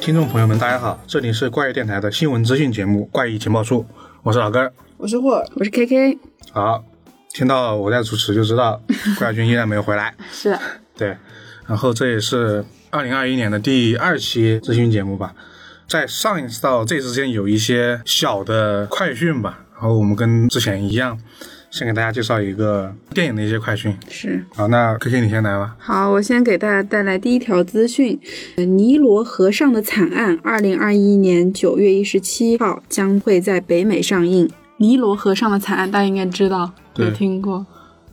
听众朋友们，大家好，这里是怪异电台的新闻资讯节目《怪异情报处》，我是老根儿。我是霍尔，我是 KK，好，听到我在主持就知道冠军依然没有回来。是的，对，然后这也是二零二一年的第二期资讯节目吧。在上一次到这次之间有一些小的快讯吧，然后我们跟之前一样，先给大家介绍一个电影的一些快讯。是。好，那 K K 你先来吧。好，我先给大家带来第一条资讯：呃尼罗河上的惨案，二零二一年九月一十七号将会在北美上映。尼罗河上的惨案，大家应该知道，对有听过，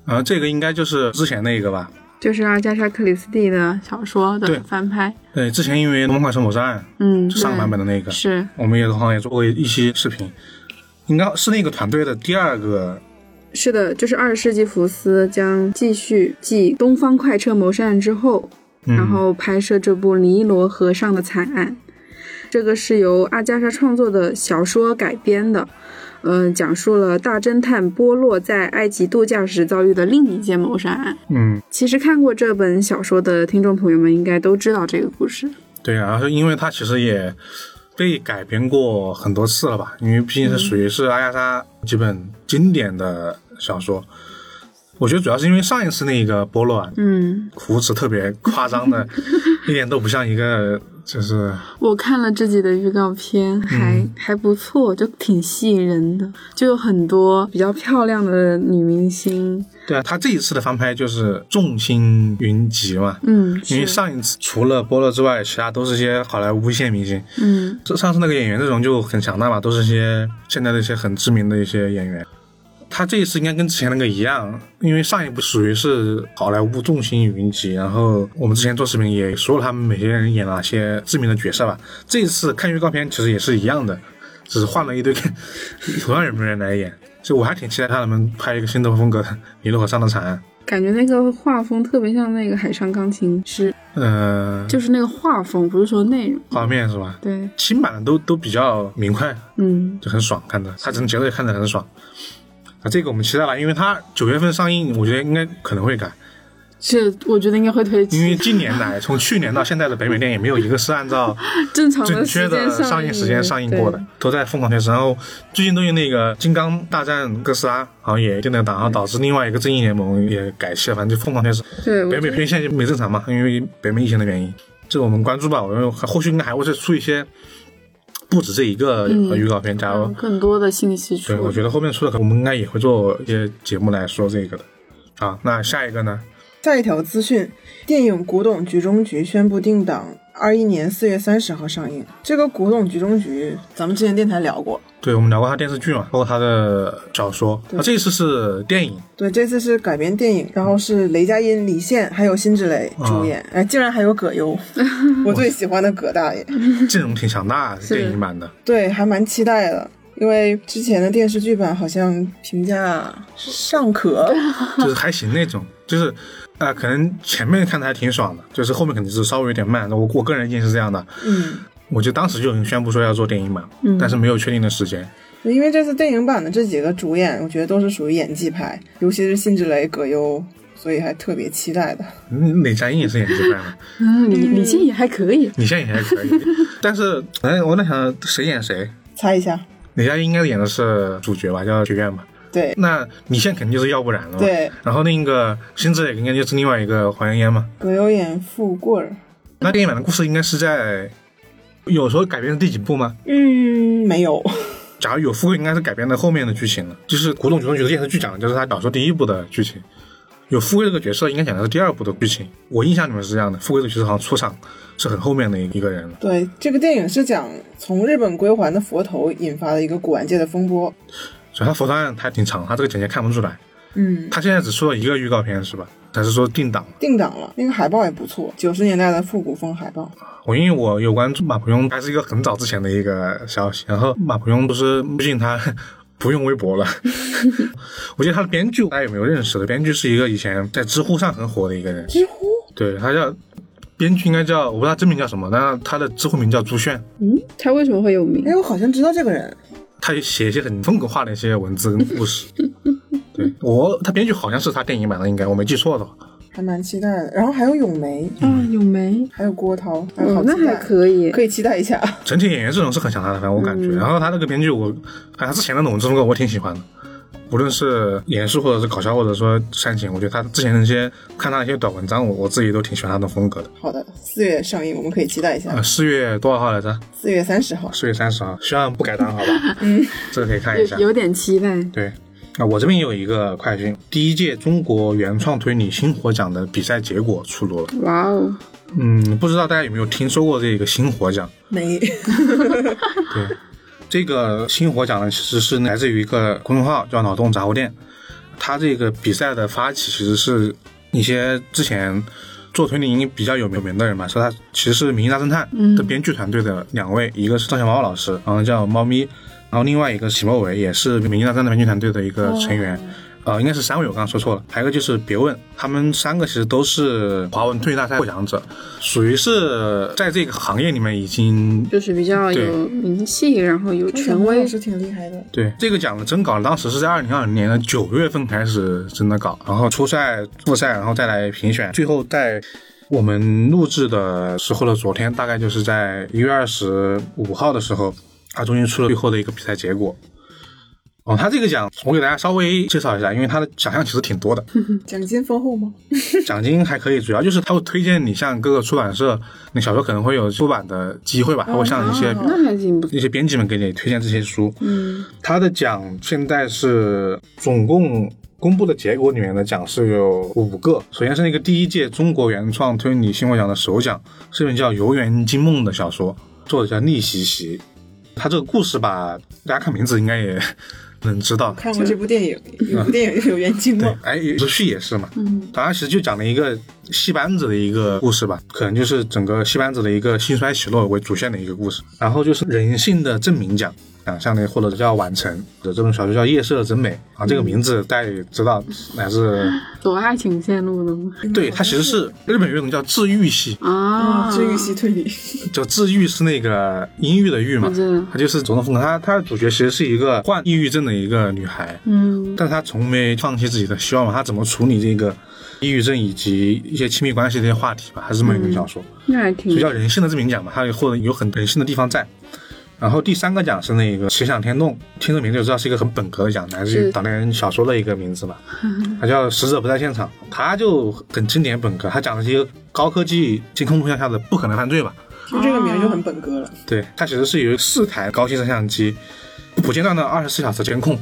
然后啊这个应该就是之前那个吧？就是阿加莎·克里斯蒂的小说对的翻拍。对，之前因为《魔幻生活杀案》嗯，就上个版本的的那个，是我们也好像也做过一期视频，应该是那个团队的第二个是的，就是二十世纪福斯将继续继《东方快车谋杀案》之后，嗯嗯然后拍摄这部《尼罗河上的惨案》。这个是由阿加莎创作的小说改编的，嗯、讲述了大侦探波洛在埃及度假时遭遇的另一件谋杀案。嗯，其实看过这本小说的听众朋友们应该都知道这个故事。对，然后因为它其实也被改编过很多次了吧，因为毕竟是属于是阿加莎几本经典的小说。我觉得主要是因为上一次那个波洛啊，嗯，胡子特别夸张 的，一点都不像一个就是我看了这集的预告片，还、还不错，就挺吸引人的，就有很多比较漂亮的女明星。对啊，他这一次的翻拍就是众星云集嘛。嗯，因为是，上一次除了波洛之外，其他都是些好莱坞一线明星。嗯，这上次那个演员阵容就很强大嘛，都是一些现在的一些很知名的一些演员。他这一次应该跟之前那个一样，因为上一部属于是好莱坞众星云集，然后我们之前做视频也说了他们每些人演哪些知名的角色吧。这一次看预告片其实也是一样的，只是换了一堆 同样人的人来演，所以我还挺期待他们拍一个新的风格的《尼罗河上的惨案》。感觉那个画风特别像那个《海上钢琴师》，呃，就是那个画风，不是说内容。画面是吧？对，新版的都都比较明快，嗯，就很爽看的，它整节奏也看着很爽。啊，这个我们期待了，因为它九月份上映，我觉得应该可能会改，这我觉得应该会推因为迟。近年来从去年到现在的北美电影没有一个是按 照 正常准的确时的间上映映时间上映过的，都在疯狂推迟。然后最近都有那个《金刚大战哥斯拉》，好像也定了档，然后导致另外一个《正义联盟》也改期了，反正就疯狂推迟。对。对，北我美片现在就没正常嘛，因为北美疫情的原因，这个我们关注吧。我们后续应该还会再出一些，不止这一个呃预告片，假如、有更多的信息出对，来。我觉得后面出的可能我们应该也会做一些节目来说这个的。啊，那下一个呢？下一条资讯：电影《古董局中局》宣布定档二一年四月三十号上映。这个《古董局中局》，咱们之前电台聊过，对，我们聊过他电视剧嘛，包括他的小说。那、这一次是电影，对，这次是改编电影，然后是雷佳音、李现还有辛芷蕾主演，哎，竟然还有葛优，我最喜欢的葛大爷，阵容挺强大，电影 版的。对，还蛮期待的。因为之前的电视剧版好像评价尚可，就是还行那种，就是，呃，可能前面看的还挺爽的，就是后面肯定是稍微有点慢。我我个人意见是这样的，嗯，我就当时就已经宣布说要做电影版，嗯但是没有确定的时间。因为这次电影版的这几个主演，我觉得都是属于演技派，尤其是辛芷蕾、葛优，所以还特别期待的。嗯，哪佳音也是演技派 嘛，嗯，李李现也还可以。你现在也还可以，但是，哎，我在想谁演谁？猜一下，李佳音应该演的是主角吧，叫学院吧。对那你现在肯定就是要不然了嘛。对，然后那个辛芷蕾应该就是另外一个黄妍妍嘛。葛优演富贵儿，那电影版的故事应该是在有时候改编的第几部吗？嗯，没有，假如有富贵，应该是改编的后面的剧情了。就是《古董局中局》的电视剧讲的就是他小说第一部的剧情，有富贵这个角色应该讲的是第二部的剧情。我印象里面是这样的，富贵这个角色好像出场是很后面的一个人了。 对，这个电影是讲从日本归还的佛头引发的一个古玩界的风波。所以他佛案还挺长，他这个简介看不出来。嗯，他现在只出了一个预告片是吧？还是说定档？定档了，那个海报也不错，九十年代的复古风海报。我因为我有关注马伯庸，还是一个很早之前的一个消息。然后马伯庸不是最近他 不用微博了， 我记得他的编剧大家有没有认识的？编剧是一个以前在知乎上很火的一个人，知乎对他叫编剧应该叫我不知道他真名叫什么，但是他的知乎名叫朱炫。嗯，他为什么会有名哎，？我好像知道这个人，他写一些很风格化的一些文字跟故事。 对我，他编剧好像是他电影版的，应该我没记错的话。还蛮期待的。然后还有咏梅，啊，咏梅，还有郭涛，哎哦好，那期还待，可以，可以期待一下。 整体演员阵容是很强大的，反正我感嗯觉。然后他那个编剧我，反正之前的那种风格我挺喜欢的，无论是严肃或者是搞笑，或者说煽情，我觉得他之前那些看他那些短文章，我我自己都挺喜欢他的风格的。好的，四月上映，我们可以期待一下呃，。四月多少号来着？四月三十号，四月三十号，希望不改档，好 吧？嗯，这个可以看一下有。有点期待。对，那我这边也有一个快讯，第一届中国原创推理星火奖的比赛结果出炉了。哇哦，嗯，不知道大家有没有听说过这个星火奖？ 没对，这个星火奖呢，其实是来自于一个公众号叫“脑洞杂货店”，它这个比赛的发起其实是一些之前做推理比较有名的人嘛，是他其实是《明星大侦探》的编剧团队的两位，一个是赵小猫老师，然后叫猫咪，然后另外一个是许墨伟，也是《明星大侦探》的编剧团队的一个成员。呃，应该是三位，我刚刚说错了。还有一个就是别问，他们三个其实都是华文推理大赛获奖者，属于是在这个行业里面已经就是比较对有名气，然后有权威也，是挺厉害的。对这个奖的征稿，当时是在二零二零年的九月份开始征的稿，然后初赛、复赛，然后再来评选，最后在我们录制的时候的昨天，大概就是在一月二十五号的时候，他终于出了最后的一个比赛结果。哦，他这个奖我给大家稍微介绍一下，因为他的奖项其实挺多的，奖金丰厚吗？奖金还可以，主要就是他会推荐你像各个出版社，你小说可能会有出版的机会吧，他会像一些那还挺不错。那些编辑们给你推荐这些书。嗯，他的奖现在是总共公布的结果里面的奖是有五个，首先是那个第一届中国原创推理新闻奖的首奖，是一本叫《游园惊梦》的小说，作者叫逆袭袭。他这个故事吧，大家看名字应该也 能知道，看过这部电影，嗯有部电影《有缘惊梦对》，，哎，鲁迅也是嘛，嗯，当时其实就讲了一个戏班子的一个故事吧，可能就是整个戏班子的一个兴衰起落为主线的一个故事，然后就是人性的证明奖。奖项呢，或者叫晚成的这本小说叫《夜色真美》啊，这个名字大家也知道，乃至走爱情线路的吗？对它其实是日本有一种叫治愈系，啊，治愈系推理，就治愈是那个阴郁的郁嘛我知道，它就是种种风格。它它的主角其实是一个患抑郁症的一个女孩，嗯，但他从没放弃自己的希望嘛，他怎么处理这个抑郁症以及一些亲密关系这些话题吧，还是这么一本小说，那还所挺以叫人性的证明奖嘛，它也获得有很人性的地方在。然后第三个奖是那个《奇想天动》，听这名字就知道是一个很本格的奖，来自于是岛内人小说的一个名字嘛，它叫《死者不在现场》，它就很经典本格，它讲的是一个高科技监控录像下的不可能犯罪吧，听这个名儿就很本格了。对，它其实是由四台高清摄像机不间断的二十四小时监控，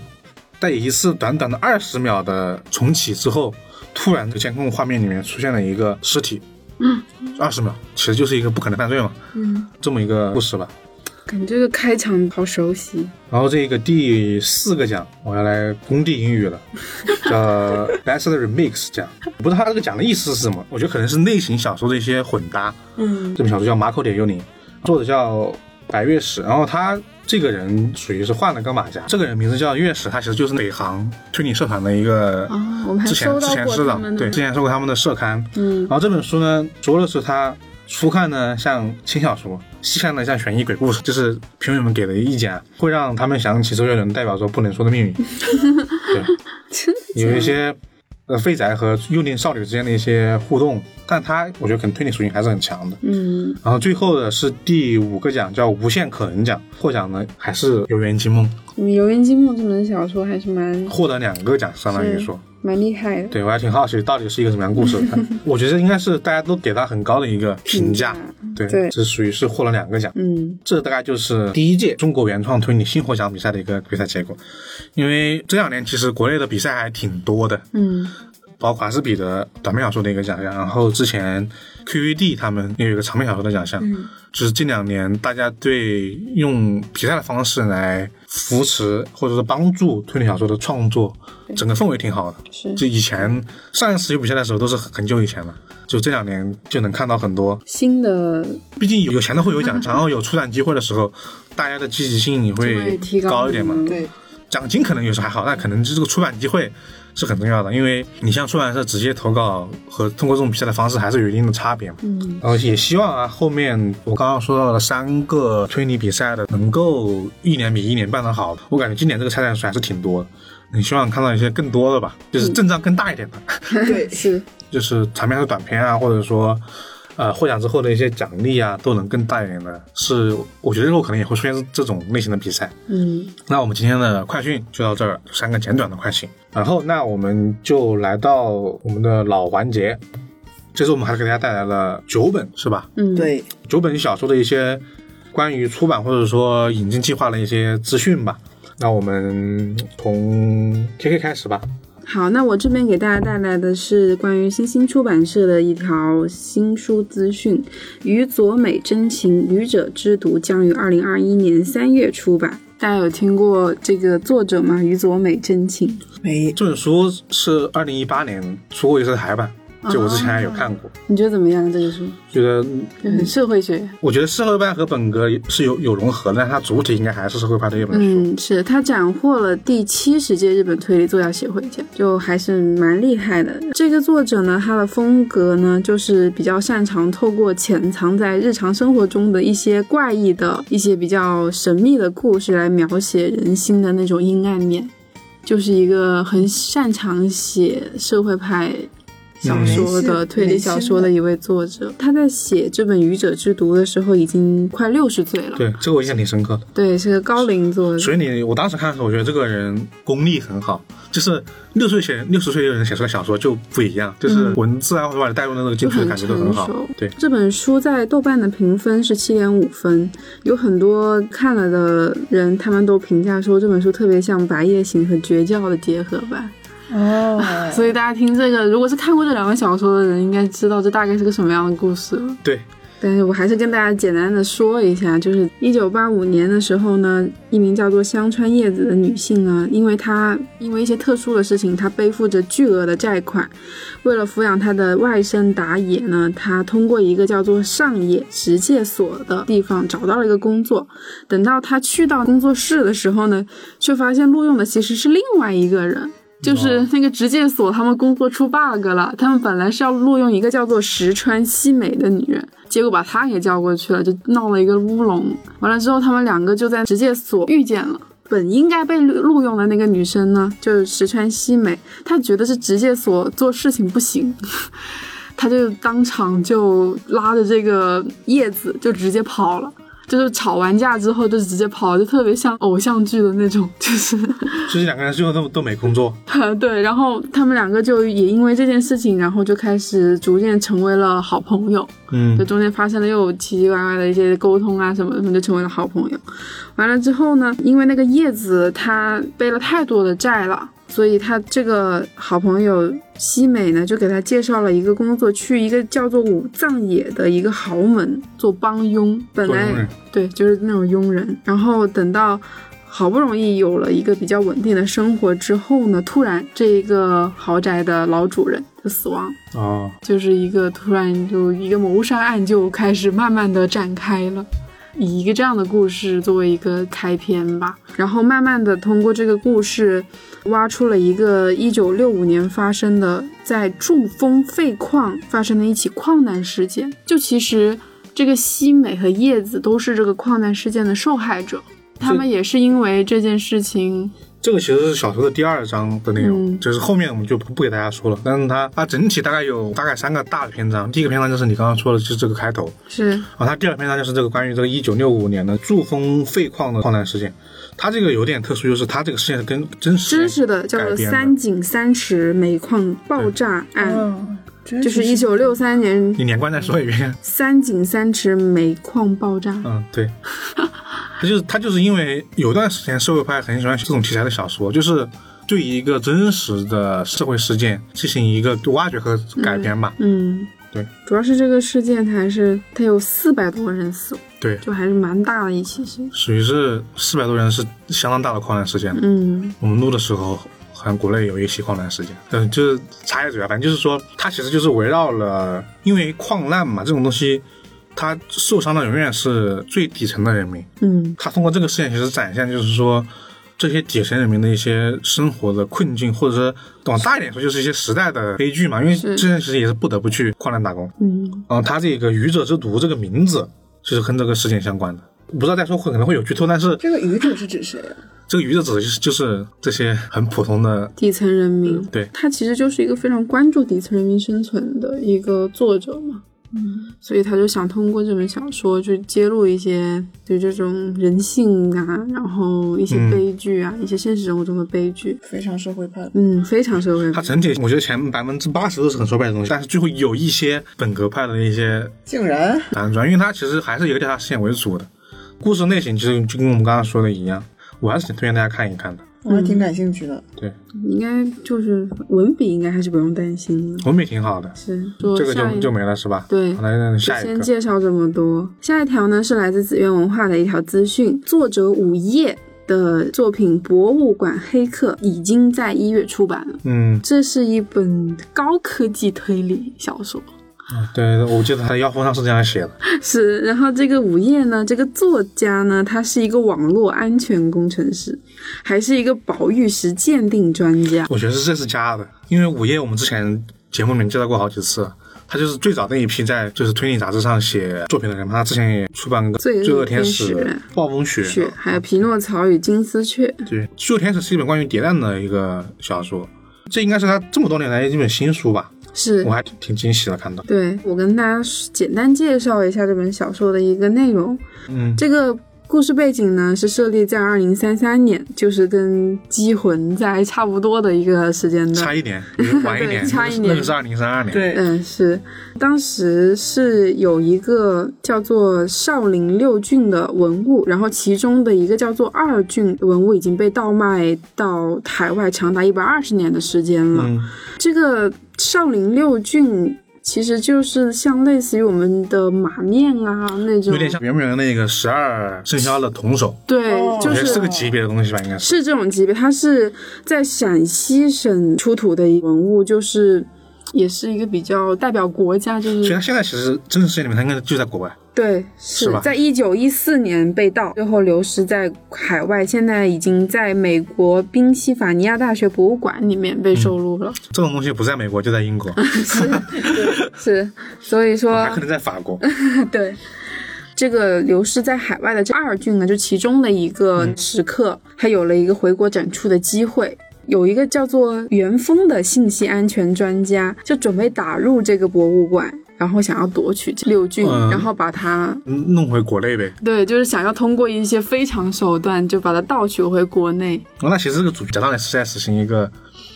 在一次短短的二十秒的重启之后，突然监控画面里面出现了一个尸体。嗯，二十秒其实就是一个不可能犯罪嘛。嗯，这么一个故事吧。感觉这个开场好熟悉，然后这个第四个奖，我要来工地英语了，叫 Last Remix 奖。不知道它这个奖的意思是什么，我觉得可能是类型小说的一些混搭。嗯，这本小说叫《马口点幽灵》，哦作者叫白月史。然后他这个人属于是换了个马甲，这个人名字叫月史，他其实就是北航推理社团的一个啊我们还之前收到之前过社他长们的对之前收过他们的社刊。嗯然后这本书呢，除了是他初看呢像轻小说，细看呢像悬疑鬼故事，就是评委们给的意见啊，会让他们想起周杰伦代表作《不能说的秘 密》，真有一些。呃，废宅和幽灵少女之间的一些互动，但他我觉得可能推理属性还是很强的。嗯，然后最后的是第五个奖，叫无限可能奖，获奖呢还是《游园惊梦《游园惊梦》这本小说还是蛮》，获获得两个奖，相当于说，蛮厉害的。对我还挺好奇到底是一个什么样的故事。 但我觉得应该是大家都给他很高的一个评价，嗯对，对这属于是获了两个奖。嗯，这大概就是第一届中国原创推理星火奖比赛的一个比赛结果，因为这两年其实国内的比赛还挺多的，嗯，包括阿斯比的短篇小说的一个奖项，然后之前 QVD 他们也有一个长篇小说的奖项，嗯就是近两年大家对用比赛的方式来扶持或者是帮助推理小说的创作，整个氛围挺好的。是就以前上一次有比赛的时候都是很很久以前了，就这两年就能看到很多，新的毕竟有 钱的会有奖，然后有出展机会的时候，大家的积极性也就会会提高高一点嘛。嗯对，奖金可能有时候还好，但可能这个出版机会是很重要的，因为你像出版社直接投稿和通过这种比赛的方式还是有一定的差别嘛。嗯，然后也希望啊，后面我刚刚说到的三个推理比赛的能够一年比一年办得好。我感觉今年这个参展数还是挺多的，你希望看到一些更多的吧，就是阵仗更大一点的。对 是，就是长篇和短篇啊，或者说，呃，获奖之后的一些奖励啊，都能更大一点的。是，我觉得日后可能也会出现这种类型的比赛。嗯，那我们今天的快讯就到这儿，三个简短的快讯。然后，那我们就来到我们的老环节，这次我们还给大家带来了九本，是吧？嗯，，对，九本小说的一些关于出版或者说引进计划的一些资讯吧。那我们从 KK 开始吧。好，那我这边给大家带来的是关于新兴出版社的一条新书资讯，《于佐美真情愚者之毒》将于二零二一年三月出版。大家有听过这个作者吗？于佐美真情。没这本书是二零一八年出过一次台版，就我之前还有看过，你觉得怎么样？这个书觉得就很社会学。我觉得社会派和本格是有有融合的，但它主体应该还是社会派的一本书。嗯，是他斩获了第七十届日本推理作家协会奖，就还是蛮厉害的。这个作者呢，他的风格呢，就是比较擅长透过潜藏在日常生活中的一些怪异的、一些比较神秘的故事来描写人心的那种阴暗面，就是一个很擅长写社会派小说的嗯推理小说的一位作者。他在写这本《愚者之毒》的时候，已经快六十岁了，对，这个我印象挺深刻的。对，是个高龄作者。所以你我当时看的时候，我觉得这个人功力很好，就是六岁写六十岁的人写出来小说就不一样，就是嗯文字啊，或者把你带入的那个进去的感觉都很好就很成熟。对，这本书在豆瓣的评分是七点五分，有很多看了的人，他们都评价说这本书特别像《白夜行》和《绝教》的结合吧。哦， 所以大家听这个，如果是看过这两个小说的人，应该知道这大概是个什么样的故事了。对，但是我还是跟大家简单的说一下，就是一九八五年的时候呢，一名叫做香川叶子的女性呢，因为她因为一些特殊的事情，她背负着巨额的债款，为了抚养她的外甥打野呢，她通过一个叫做上野直介所的地方找到了一个工作。等到她去到工作室的时候呢，却发现录用的其实是另外一个人。就是那个直介所，他们工作出 bug 了。他们本来是要录用一个叫做石川希美的女人，结果把她给叫过去了，就闹了一个乌龙。完了之后，他们两个就在直介所遇见了。本应该被录录用的那个女生呢，就是石川希美，她觉得是直介所做事情不行，她就当场就拉着这个叶子就直接跑了。就是吵完架之后就直接跑，就特别像偶像剧的那种，就是呃就是两个人最后都都没工作，对，然后他们两个就也因为这件事情，然后就开始逐渐成为了好朋友。嗯就，中间发生了又有奇奇怪怪的一些沟通啊什么的，他们就成为了好朋友。完了之后呢，因为那个叶子她背了太多的债了，所以她这个好朋友西美呢，就给她介绍了一个工作，去一个叫做武藏野的一个豪门做帮佣。本做佣来人对，就是那种佣人。然后等到。好不容易有了一个比较稳定的生活之后呢，突然这个豪宅的老主人就死亡了哦，就是一个突然就一个谋杀案就开始慢慢的展开了。以一个这样的故事作为一个开篇吧，然后慢慢的通过这个故事，挖出了一个呃一九六五年发生的在筑丰废矿发生的一起矿难事件。就其实这个西美和叶子都是这个矿难事件的受害者，他们也是因为这件事情，这个其实是小说的第二章的内容，嗯就是后面我们就不不给大家说了。但是它它整体大概有大概三个大的篇章，第一个篇章就是你刚刚说的，就是这个开头，是然后它第二个篇章就是这个关于这个一九六五年的筑丰废矿的矿难事件。它这个有点特殊，就是它这个事件是跟真实知识的，叫改做编的三井三池煤矿爆炸案。嗯，真就是一九六三年你连贯再说一遍。三井三池煤矿爆炸。 嗯，对，他就是他就是因为有段时间社会派很喜欢写这种题材的小说，就是对一个真实的社会事件进行一个挖掘和改编吧。嗯，对，主要是这个事件，它还是它有四百多人死，对，就还是蛮大的一起事。属于是四百多人是相当大的矿难事件。嗯我们录的时候，好像国内有一起矿难事件，嗯，就是插一嘴啊，反正就是说，它其实就是围绕了，因为矿难嘛，这种东西，它受伤的永远是最底层的人民。嗯他通过这个事件其实展现就是说，这些底层人民的一些生活的困境，或者说往大一点说，就是一些时代的悲剧嘛。因为这些人其实也是不得不去矿难打工。嗯，嗯，他这个愚者之徒这个名字就是跟这个事件相关的。不知道再说会可能会有剧透，但是这个愚者是指谁啊？这个愚者指的就是就是这些很普通的底层人民，对他其实就是一个非常关注底层人民生存的一个作者嘛。嗯，所以他就想通过这本小说去揭露一些对这种人性啊，然后一些嗯悲剧啊，一些现实生活中的悲剧，非常社会派。嗯，非常社会它化。整体我觉得前百分之八十都是很说派的东西，但是最后有一些本格派的一些竟然 反转，因为它其实还是以调查事件为主的，故事类型其实就跟我们刚刚说的一样，我还是挺推荐大家看一看的。我还挺感兴趣的。对，应该就是文笔，应该还是不用担心的。文笔挺好的，是说这个下一就就没了是吧？对好来那下一先个，介绍这么多，下一条呢是来自紫苑文化的一条资讯，作者午夜的作品《博物馆黑客》已经在一月出版了。嗯，这是一本高科技推理小说，对，我记得他的腰封上是这样写的，是。然后这个午夜呢，这个作家呢，他是一个网络安全工程师，还是一个保育石鉴定专家。我觉得是这是加的，因为午夜我们之前节目里面介绍过好几次。他就是最早那一批在就是推理杂志上写作品的人嘛，他之前也出版过《罪恶罪恶天天使使》 《暴风雪》雪，还有皮诺曹与金丝雀，对，《旧天使》是一本关于谍战的一个小说，这应该是他这么多年来的一本新书吧，是我还挺挺惊喜的看到。对我跟大家简单介绍一下这本小说的一个内容。嗯，这个故事背景呢是设立在二零三三年，就是跟《机魂》在差不多的一个时间段。差一 点，比如晚一点，对差一那点个是二零三二年。，对，嗯，是，当时是有一个叫做少林六郡的文物，然后其中的一个叫做二郡的文物已经被盗卖到海外长达一百二十年的时间了。嗯这个少林六郡其实就是像类似于我们的马面啊那种，有点像圆明园那个十二生肖的童手，对，哦就我觉得是是个级别的东西吧，应该是。是这种级别，它是在陕西省出土的一文物，就是也是一个比较代表国家，就所以是他现在其实真实世界里面，他应该就在国外。对，啊是是吧在一九一四年被盗，最后流失在海外，现在已经在美国宾夕法尼亚大学博物馆里面嗯被收录了，这种东西不在美国，就在英国，是，所以说哦还可能在法国。对。这个流失在海外的这二郡呢，就其中的一个嗯时刻，他有了一个回国展出的机会。有一个叫做袁峰的信息安全专家，就准备打入这个博物馆，然后想要夺取这六郡，嗯然后把它嗯弄回国内呗。对，就是想要通过一些非常手段，就把它盗取回国内。哦那其实这个主角当然是在实行一个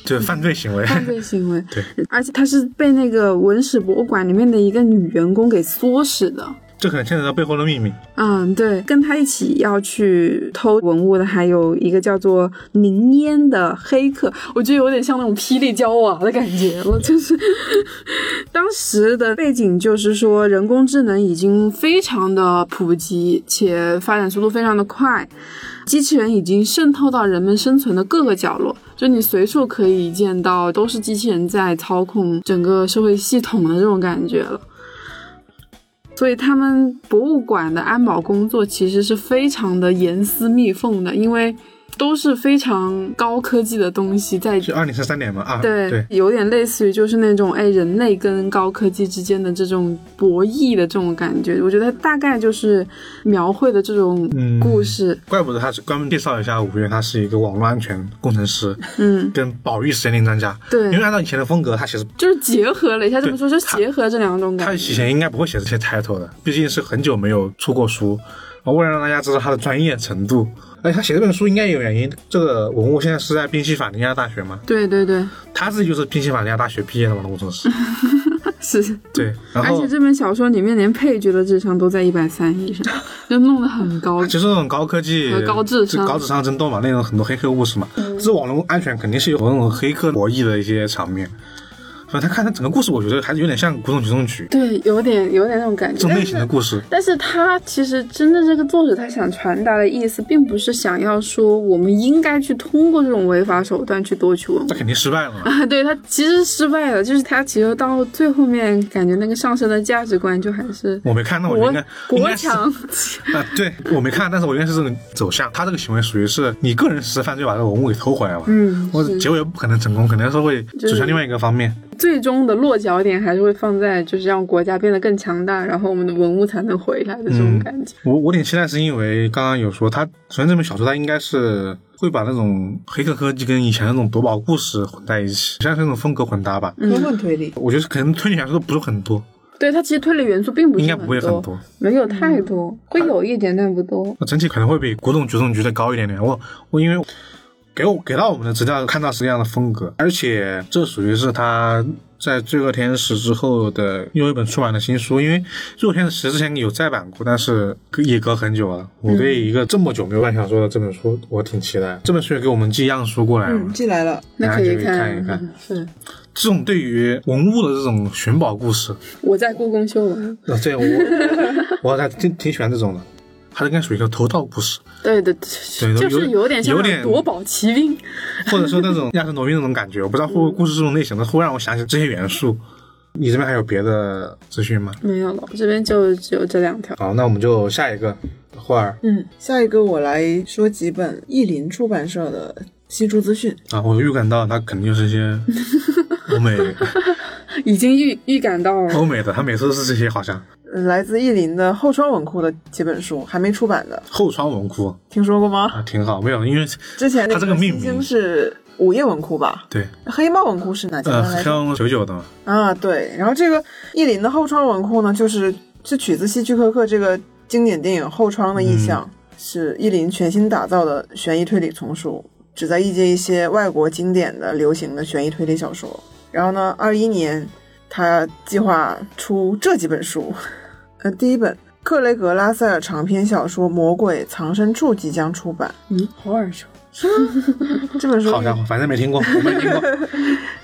就是犯罪行为。犯罪行为。对，而且他是被那个文史博物馆里面的一个女员工给唆使的。 这可能牵扯到背后的秘密。嗯，对，跟他一起要去偷文物的还有一个叫做宁烟的黑客，我觉得有点像那种霹雳娇娃的感觉了。就是当时的背景就是说，人工智能已经非常的普及，且发展速度非常的快，机器人已经渗透到人们生存的各个角落，就你随处可以见到都是机器人在操控整个社会系统的这种感觉了。所以他们博物馆的安保工作其实是非常的严丝密缝的，因为都是非常高科技的东西在。就二零三三年嘛啊，对，对，有点类似于就是那种哎，人类跟高科技之间的这种博弈的这种感觉，我觉得大概就是描绘的这种嗯故事，怪不得他是专门介绍一下五月，他是一个网络安全工程师嗯，跟保育鉴定专家。对因为按照以前的风格，他其实就是结合了一下，这么说就结合这两种他感以觉，前应该不会写这些 title 的，毕竟是很久没有出过书。啊为了让大家知道他的专业程度，而且他写这本书应该也有原因。这个文物现在是在宾夕法尼亚大学嘛，对对对，他自己就是宾夕法尼亚大学毕业的嘛，工程 师。是。对，然而后且这本小说里面连配角的智商都在一百三以上，就弄得很 高。就是那种高科技和、高智商嗯就高智商争斗嘛，那种很多黑客故事嘛，这网络安全肯定是有那种黑客博弈的一些场面。所以他看他整个故事，我觉得还是有点像《古董局中局》对，有点有点那种感觉。这种类型的故事。但是他其实真的这个作者他想传达的意思，并不是想要说我们应该去通过这种违法手段去夺取文物那肯定失败了嘛。 啊。对他其实失败了，就是他其实到最后面感觉那个上升的价值观就还是我没看，那我就国应该应国该是强 啊、。对我没看，但是我应该是这种走向。他这个行为属于是你个人实施犯罪，把这个文物给偷回来了。嗯，我结尾不可能成功，肯定是会是走向另外一个方面。最终的落脚点还是会放在就是让国家变得更强大，然后我们的文物才能回来的这种嗯感觉。我我挺期待，是因为刚刚有说他，首先这本小说它应该是会把那种黑客科技跟以前那种夺宝故事混在一起，像是那种风格混搭吧。嗯混混推理，我觉得可能推理小说都不是很多，对它其实推理元素并不是应该不会很多，没有太多，会有一点但不多。那整体可能会比古董局总局的高一点点。我我因为给我给到我们的资料看到是这样的风格，而且这属于是他在《罪恶天使》之后的又一本出版的新书，因为《罪恶天使》之前有再版过，但是也隔很久了。我对一个这么久没有办小说的这本书，我挺期待。这本书也给我们寄样书过来了。嗯，寄来了，那可以大家可以看一看嗯是这种对于文物的这种寻宝故事，我在故宫修文，呃，对我我还挺挺喜欢这种的。它应该属于一个偷盗故事，对的，对都就是有点像有点夺宝奇兵。或者说那种亚瑟罗宾那种感觉，我不知道会不会故事这种类型的，会让我想起这些元素。你这边还有别的资讯吗？没有了，我这边就只有这两条。好，那我们就下一个画儿嗯，下一个我来说几本译林出版社的新书资讯。啊，我预感到它肯定是一 些欧美已经预预感到了，欧美的，它每次都是这些，好像来自译林的后窗文库的几本书，还没出版的，后窗文库听说过吗？啊，挺好。没有，因为之前那它这个命已名经是午夜文库吧？对，黑猫文库是哪家呃，来着？像九九的嘛，啊，对。然后这个译林的后窗文库呢，就是是取自希区柯克这个经典电影《后窗》的意象，是译林全新打造的悬疑推理丛书，旨在译介一些外国经典的流行的悬疑推理小说。然后呢，二一年他计划出这几本书，呃，第一本。克雷格拉塞尔长篇小说《魔鬼藏身处》即将出版，嗯，好耳熟。这本书好家伙，反正没听过，我没听 过，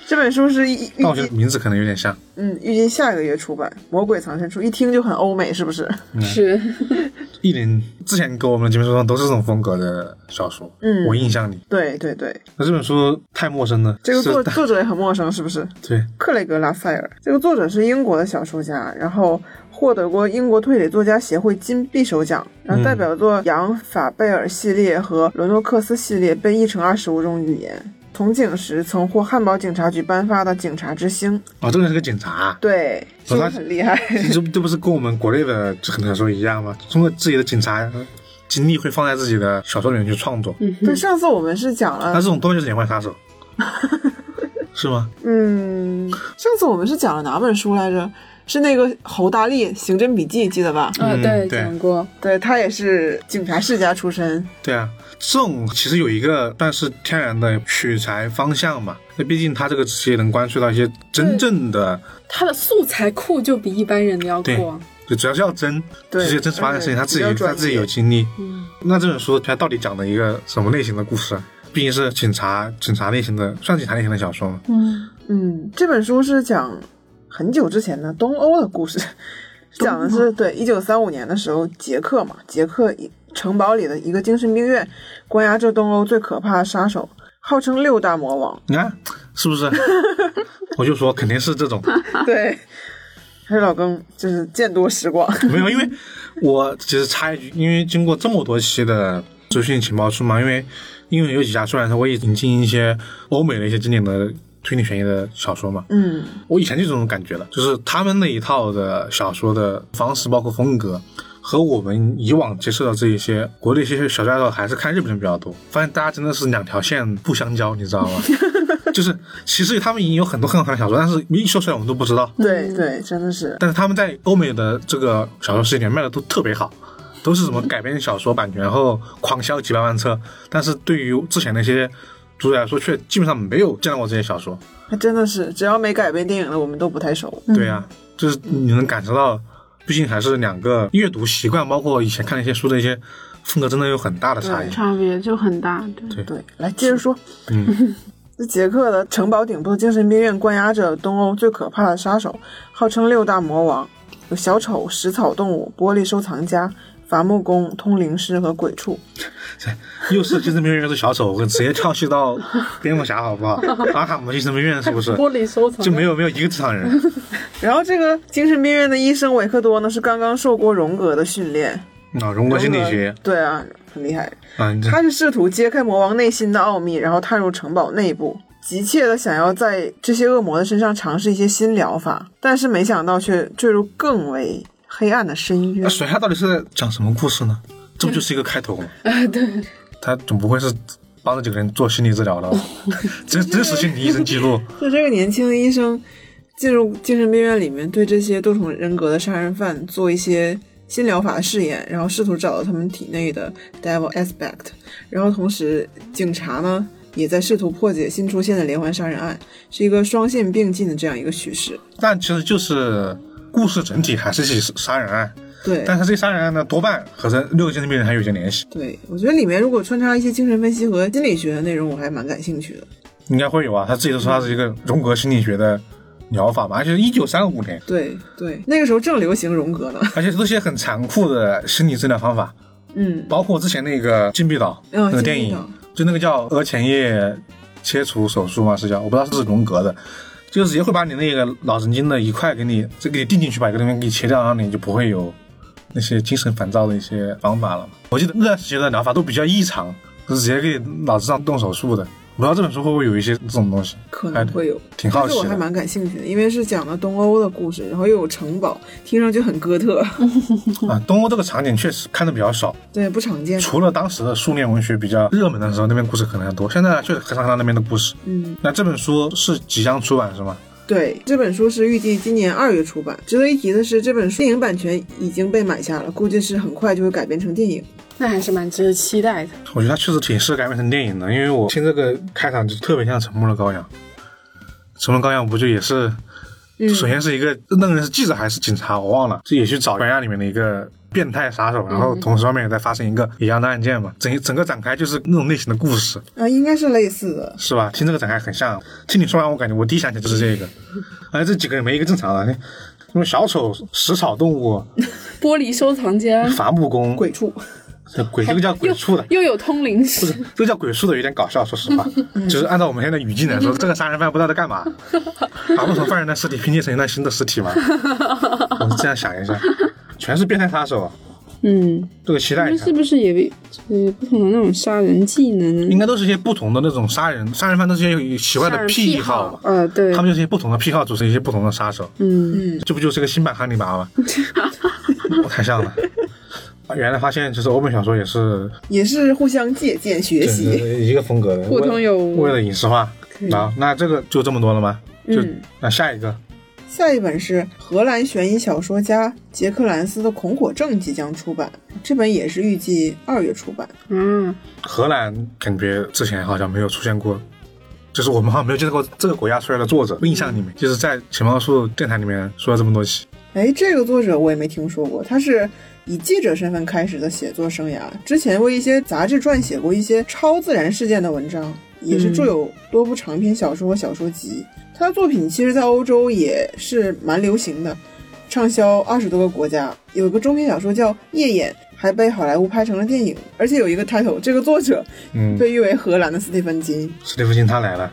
这本书是预但我预觉得计名字可能有点像。嗯预计下个月出版，《魔鬼藏身处》一听就很欧美，是不 是？嗯是，意林之前给我们的节目上都是这种风格的小说，嗯我印象里，对对对，那这本书太陌生了，这个作是作者也很陌生，是不是？对，克雷格拉塞尔这个作者是英国的小说家，然后获得过英国推理作家协会金匕首奖，然嗯后代表作《杨法贝尔》系列和《伦诺克斯》系列被译成二十五种语言。从警时曾获汉堡警察局颁发的“警察之星哦，这个人是个警察啊”，，对，是不是他很厉害？ 这这不是跟我们国内的很多小说一样吗？通过自己的警察经历会放在自己的小说里面去创作，嗯哼对，上次我们是讲那了，这种东西就是连环杀 手，是吗？嗯，上次我们是讲了哪本书来着？是那个侯大力《刑侦笔记》，记得吧？啊，嗯对，对讲过，对他也是警察世家出身，对啊，这种其实有一个算是天然的取材方向吧。那毕竟他这个职业能关注到一些真正的，他的素材库就比一般人的要对广。就只要是要真，就对是真实发生的事情，他自而且己比较专他业自己有经历。嗯，那这本书它到底讲的一个什么类型的故事啊？毕竟是警察警察类型的，算警察类型的小说吗？嗯，嗯，这本书是讲很久之前的东欧的 故事，讲的是对一九三五年的时候，捷克嘛，捷克一城堡里的一个精神病院关押着东欧最可怕的杀手，号称六大魔 王。你看是不是？ 我就说肯定是这种，对，还是老庚就是见多识广。没有，因为我其实插一句，因为经过这么多期的资讯情报书嘛，因为因为有几家出版社会引进一些欧美的一些经典的推理悬疑的小说嘛，嗯，我以前就有这种感觉了，就是他们那一套的小说的方式，包括风格。和我们以往接触到这一些国内一些小说爱好者还是看日本人比较多，发现大家真的是两条线不相交，你知道吗？就是其实他们已经有很多很好看的小说，但是一说出来我们都不知道。 对对，真的是。但是他们在欧美的这个小说世界里面卖的都特别好，都是什么改编小说版权，然后狂销几百万册。但是对于之前那些读者来说，却基本上没有见到过这些小说。还真的是，只要没改编电影的，我们都不太熟。对呀、就是你能感受到，毕竟还是两个阅读习惯，包括以前看那些书的一些风格，真的有很大的差异。差别就很大。对，对 对，来接着说。嗯，这捷克的城堡顶部的精神病院关押着东欧最可怕的杀手，号称六大魔王，有小丑、食草动物、玻璃收藏家、伐木工、通灵师和鬼畜。又是精神病院又是小丑，我直接跳戏到蝙蝠侠好不好？阿卡姆精神病院是 不是？玻璃收藏就没有没有一个正常人。然后这个精神病院的医生维克多呢，是刚刚受过荣格的训练，啊，荣格心理学对啊，很厉害。啊，你这他是试图揭开魔王内心的奥秘，然后踏入城堡内部，急切的想要在这些恶魔的身上尝试一些新疗法，但是没想到却坠入更为黑暗的深渊那。哎水下到啊底是在讲什么故事呢？这不就是一个开头吗？啊， 对，他总不会是帮着几个人做心理治疗的吧？真真实心理医生记录，就这个年轻的医生进入精神病院里面，对这些多重人格的杀人犯做一些新疗法的试验，然后试图找到他们体内的 devil aspect，然后同时警察呢也在试图破解新出现的连环杀人案，是一个双线并进的这样一个叙事。但其实就是故事整体还是起杀人案，对，但是这杀人案呢，多半和这六个精神病人还有一些联系，对，我觉得里面如果穿插一些精神分析和心理学的内容，我还蛮感兴趣的。应该会有啊。他自己都说他是一个荣格心理学的疗法嘛，而且是一九三五年，对对，那个时候正流行荣格呢。而且都是一些很残酷的心理治疗方法，嗯，包括之前那个禁闭岛、嗯那个电禁闭影岛，就那个叫额前叶切除手术嘛，是叫我不知道是不是荣格的，就是直接会把你那个脑神经的一块给你，这给你定进去吧，把一个东西给你切掉，然后你就不会有那些精神烦躁的一些方法了嘛。我记得那段时间的疗法都比较异常，就是直接给你脑子上动手术的。我不知道这本书会不会有一些这种东西，可能会有，哎挺好但是我奇还的。蛮感兴趣的，因为是讲了东欧的故事，然后又有城堡，听上去很哥特，啊，东欧这个场景确实看的比较少，对，不常见。除了当时的苏联文学比较热门的时候，那边故事可能很多，现在确实很少看到那边的故事。嗯，那这本书是即将出版是吗？对，这本书是预计今年二月出版。值得一提的是，这本书电影版权已经被买下了，估计是很快就会改编成电影。那还是蛮值得期待的。我觉得它确实挺适合改编成电影的，因为我听这个开场就特别像《沉默的羔羊》。《沉默的羔羊》不就也是，首先是一个那个人是记者还是警察，我忘了，这也去找关押里面的一个变态杀手，然后同时外面也在发生一个一样的案件嘛，整整个展开就是那种类型的故事，啊，应该是类似的。是吧？听这个展开很像，听你说完我感觉我第一想起就是这 个，而且这几个人没一个正常的，什么小丑、食草动物、玻璃收藏家伐木工、鬼畜，鬼，这个叫鬼畜 的。又有通灵不师是，这个叫鬼畜的有点搞笑，说实 话，就是按照我们现在的语境来说，这个杀人犯不知道在干 嘛，把不同犯人的尸体拼接成一段新的尸 体嘛。我这样想一下，全是变态杀手，啊嗯，这个期待那一下是，不是也有不同的那种杀人技能应呢？该都是一些不同的那种杀人杀人犯，都是一些有奇怪的癖好吧。呃，对他，们就是一些不同的癖好组成一些不同的杀手，嗯，这不就是个新版汉尼拔吗？我太像了，啊原来发现就是欧美小说也是也是互相借鉴学习。对一个风格的，互通有无为了影视化。好，那这个就这么多了吗？就、嗯那下一个，下一本是荷兰悬疑小说家杰克兰斯的《恐火症》即将出版，这本也是预计二月出版。啊，荷兰感觉之前好像没有出现过，就是我们好像没有见到过这个国家出来的作者。印象里面，就是在情报树电台里面说了这么多期，哎，这个作者我也没听说过，他是以记者身份开始的写作生涯，之前为一些杂志撰写过一些超自然事件的文章，也是著有多部长篇小说和小说集。他的作品其实，在欧洲也是蛮流行的，畅销二十多个国家。有一个中篇小说叫《夜眼》，还被好莱坞拍成了电影，而且有一个 title，这个作者嗯，被誉为荷兰的斯蒂芬金。史蒂夫金他来了。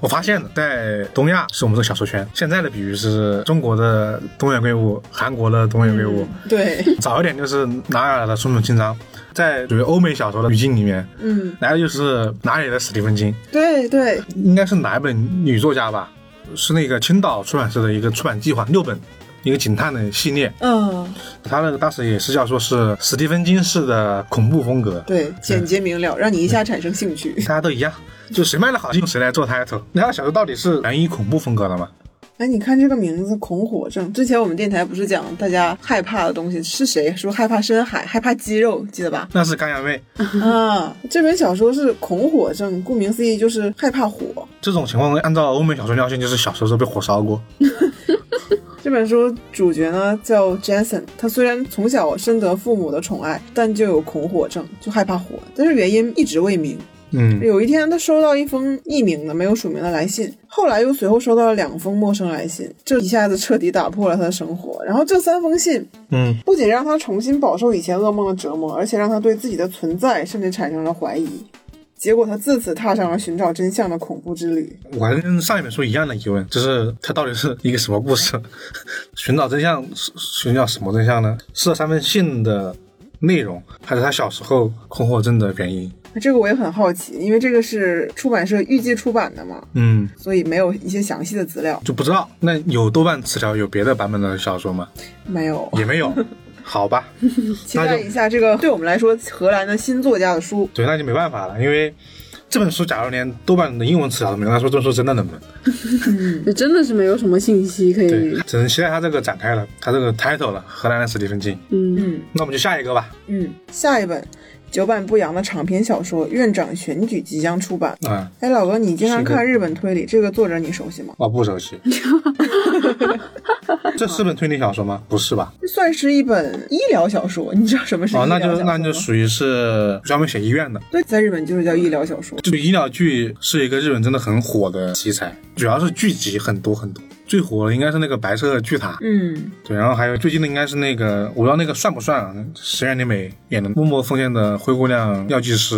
我发现，在东亚是我们这个小说圈，现在的比喻是中国的东野圭吾，韩国的东野圭吾，对，早一点就是哪尔的松本清张，在属于欧美小说的语境里面，嗯，来的就是哪里的史蒂芬金，对对，应该是哪一本女作家吧？是那个青岛出版社的一个出版计划，六本，一个警探的系列。嗯，他那个当时也是叫做是史蒂芬金式的恐怖风格，对，简洁明了，让你一下产生兴趣。大家都一样，就谁卖的好用谁来做 title。那他小说到底是悬疑恐怖风格的吗？哎，你看这个名字“恐火症”，之前我们电台不是讲大家害怕的东西是谁？说害怕深海，害怕肌肉，记得吧？那是干阳妹。啊，这本小说是恐火症，顾名思义就是害怕火。这种情况按照欧美小说尿性，就是小时候都被火烧过。这本书主角呢叫 Jason，他虽然从小深得父母的宠爱，但就有恐火症，就害怕火，但是原因一直未明。嗯有一天，他收到一封匿名的、没有署名的来信，后来又随后收到了两封陌生来信，这一下子彻底打破了他的生活。然后这三封信嗯不仅让他重新饱受以前噩梦的折磨，而且让他对自己的存在甚至产生了怀疑。结果，他自此踏上了寻找真相的恐怖之旅。我还是跟上一本书一样的疑问，就是它到底是一个什么故事？ 寻找真相，是寻找什么真相呢？是这三封信的内容，还是他小时候恐火症的原因？这个我也很好奇，因为这个是出版社预计出版的嘛，嗯，所以没有一些详细的资料。就不知道。那有豆瓣词条有别的版本的小说吗？没有，也 没有。好吧，期待一下这个对我们来说荷兰的新作家的书。对，那就没办法了，因为这本书假如连豆瓣的英文词条都没有，那说这本书真的冷门。嗯就真的是没有什么信息可以对，，只能期待它这个展开了，它这个 title 了，荷兰的史蒂芬金。嗯，嗯那我们就下一个吧。嗯，下一本久版不扬的长篇小说《院长选举》即将出版。啊、哎，老哥，你经常是的看日本推理，这个作者你熟悉吗？我啊不熟 悉。这是本推理小说吗？不是吧？这算是一本医疗小说，你知道什么是医哦，疗那小说就吗？那就属于是专门写医院的。对，在日本就是叫医疗小说。就医疗剧是一个日本真的很火的题材，主要是剧集很多很多。最火的应该是那个白色巨塔，嗯，对，然后还有最近的应该是那个，我不知道那个算不算啊？石原里美演的《默默奉献的灰姑娘药剂师》，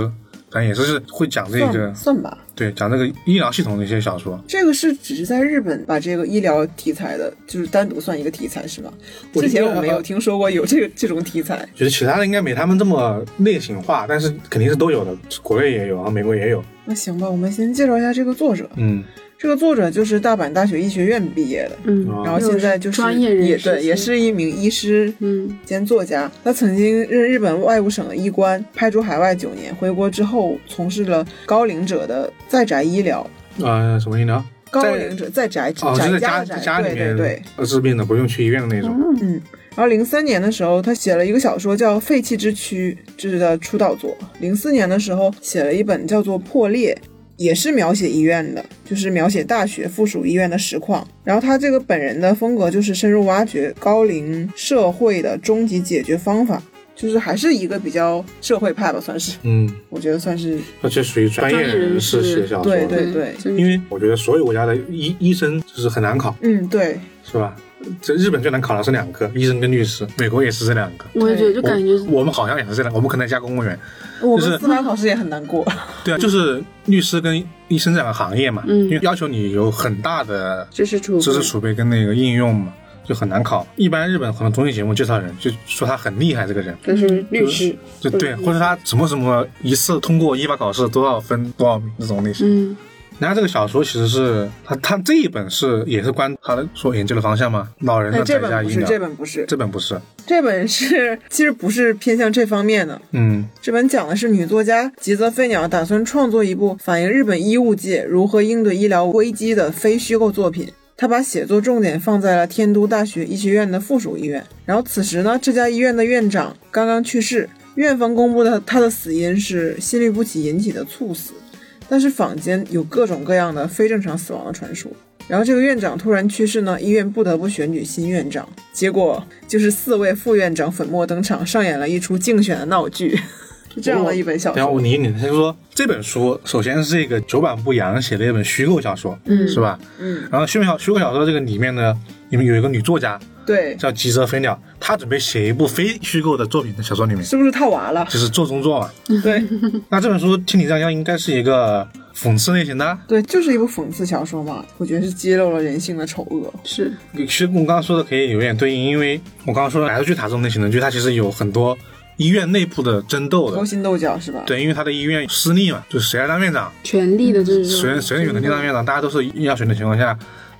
反正也是会讲这个算，算吧。对，讲这个医疗系统的一些小说。这个是只是在日本把这个医疗题材的，就是单独算一个题材是吧？我之前觉得我没有听说过有这个这种题材。觉得其他的应该没他们这么类型化，但是肯定是都有的，国内也有，然后美国也有。那行吧，我们先介绍一下这个作者。嗯，这个作者就是大阪大学医学院毕业的，嗯啊然后现在就是专业人士也对，也是一名医师嗯兼作家。他曾经任日本外务省的医官，派驻海外九年，回国之后从事了高龄者的在宅医疗。呃，什么医疗？高龄者在宅哦，就宅在家家的宅，家里对对面对。呃治病的，不用去医院的那种。嗯然后零三年的时候，他写了一个小说叫《废弃之躯》，这是他的出道作。零四年的时候，写了一本叫做《破裂》，也是描写医院的，就是描写大学附属医院的实况。然后他这个本人的风格就是深入挖掘高龄社会的终极解决方法，就是还是一个比较社会派吧，算是，嗯，我觉得算是而且属于专业人士写小说对的。对对，就是因为我觉得所有国家的医医生就是很难考，嗯对，是吧？这日本最难考的是两个，医生跟律师，美国也是这两个。我也觉得就感觉我我们好像也是这两个，我们可能加公务员。 我就是们司法考试也很难过。对啊，就是律师跟医生这两个行业嘛，嗯因为要求你有很大的知识储备知识储备跟那个应用嘛，就很难考。一般日本很多综艺节目介绍人就说他很厉害，这个人但是律师，就对，嗯或者他什么什么一次通过医保考试多少分多少名这种类型。嗯然后这个小说其实是他他这一本是也是关他的所研究的方向吗？老人哎，的这在家本不医是，疗，这本不是，这本不是，这本是其实不是偏向这方面的。嗯这本讲的是女作家吉泽飞鸟打算创作一部反映日本医务界如何应对医疗危机的非虚构作品。她把写作重点放在了天都大学医学院的附属医院。然后此时呢，这家医院的院长刚刚去世，院方公布的他的死因是心律不齐引起的猝死，但是坊间有各种各样的非正常死亡的传说。然后这个院长突然去世呢，医院不得不选举新院长，结果就是四位副院长粉墨登场，上演了一出竞选的闹剧， 是这样的一本小然后说。哎我理你，他就说这本书首先是一个久坂不洋写的一本虚构小说，嗯是吧？嗯，然后虚构小虚构小说这个里面呢，里面有一个女作家对，叫吉泽飞鸟，她准备写一部非虚构的作品在小说里面，是不是套娃了？ 就是做中作嘛。对那这本书听你这样讲，应该是一个讽刺类型的。啊对，就是一部讽刺小说嘛，我觉得是揭露了人性的丑恶。是其实跟我刚刚说的可以有点对应，因为我刚刚说的白色巨塔这种类型的剧，它其实有很多医院内部的争斗勾的。心斗角是吧？，对，因为他的医院私立嘛，就是谁来当院长，权力的这种谁谁有能力当院长，大家都是医药学的情况下，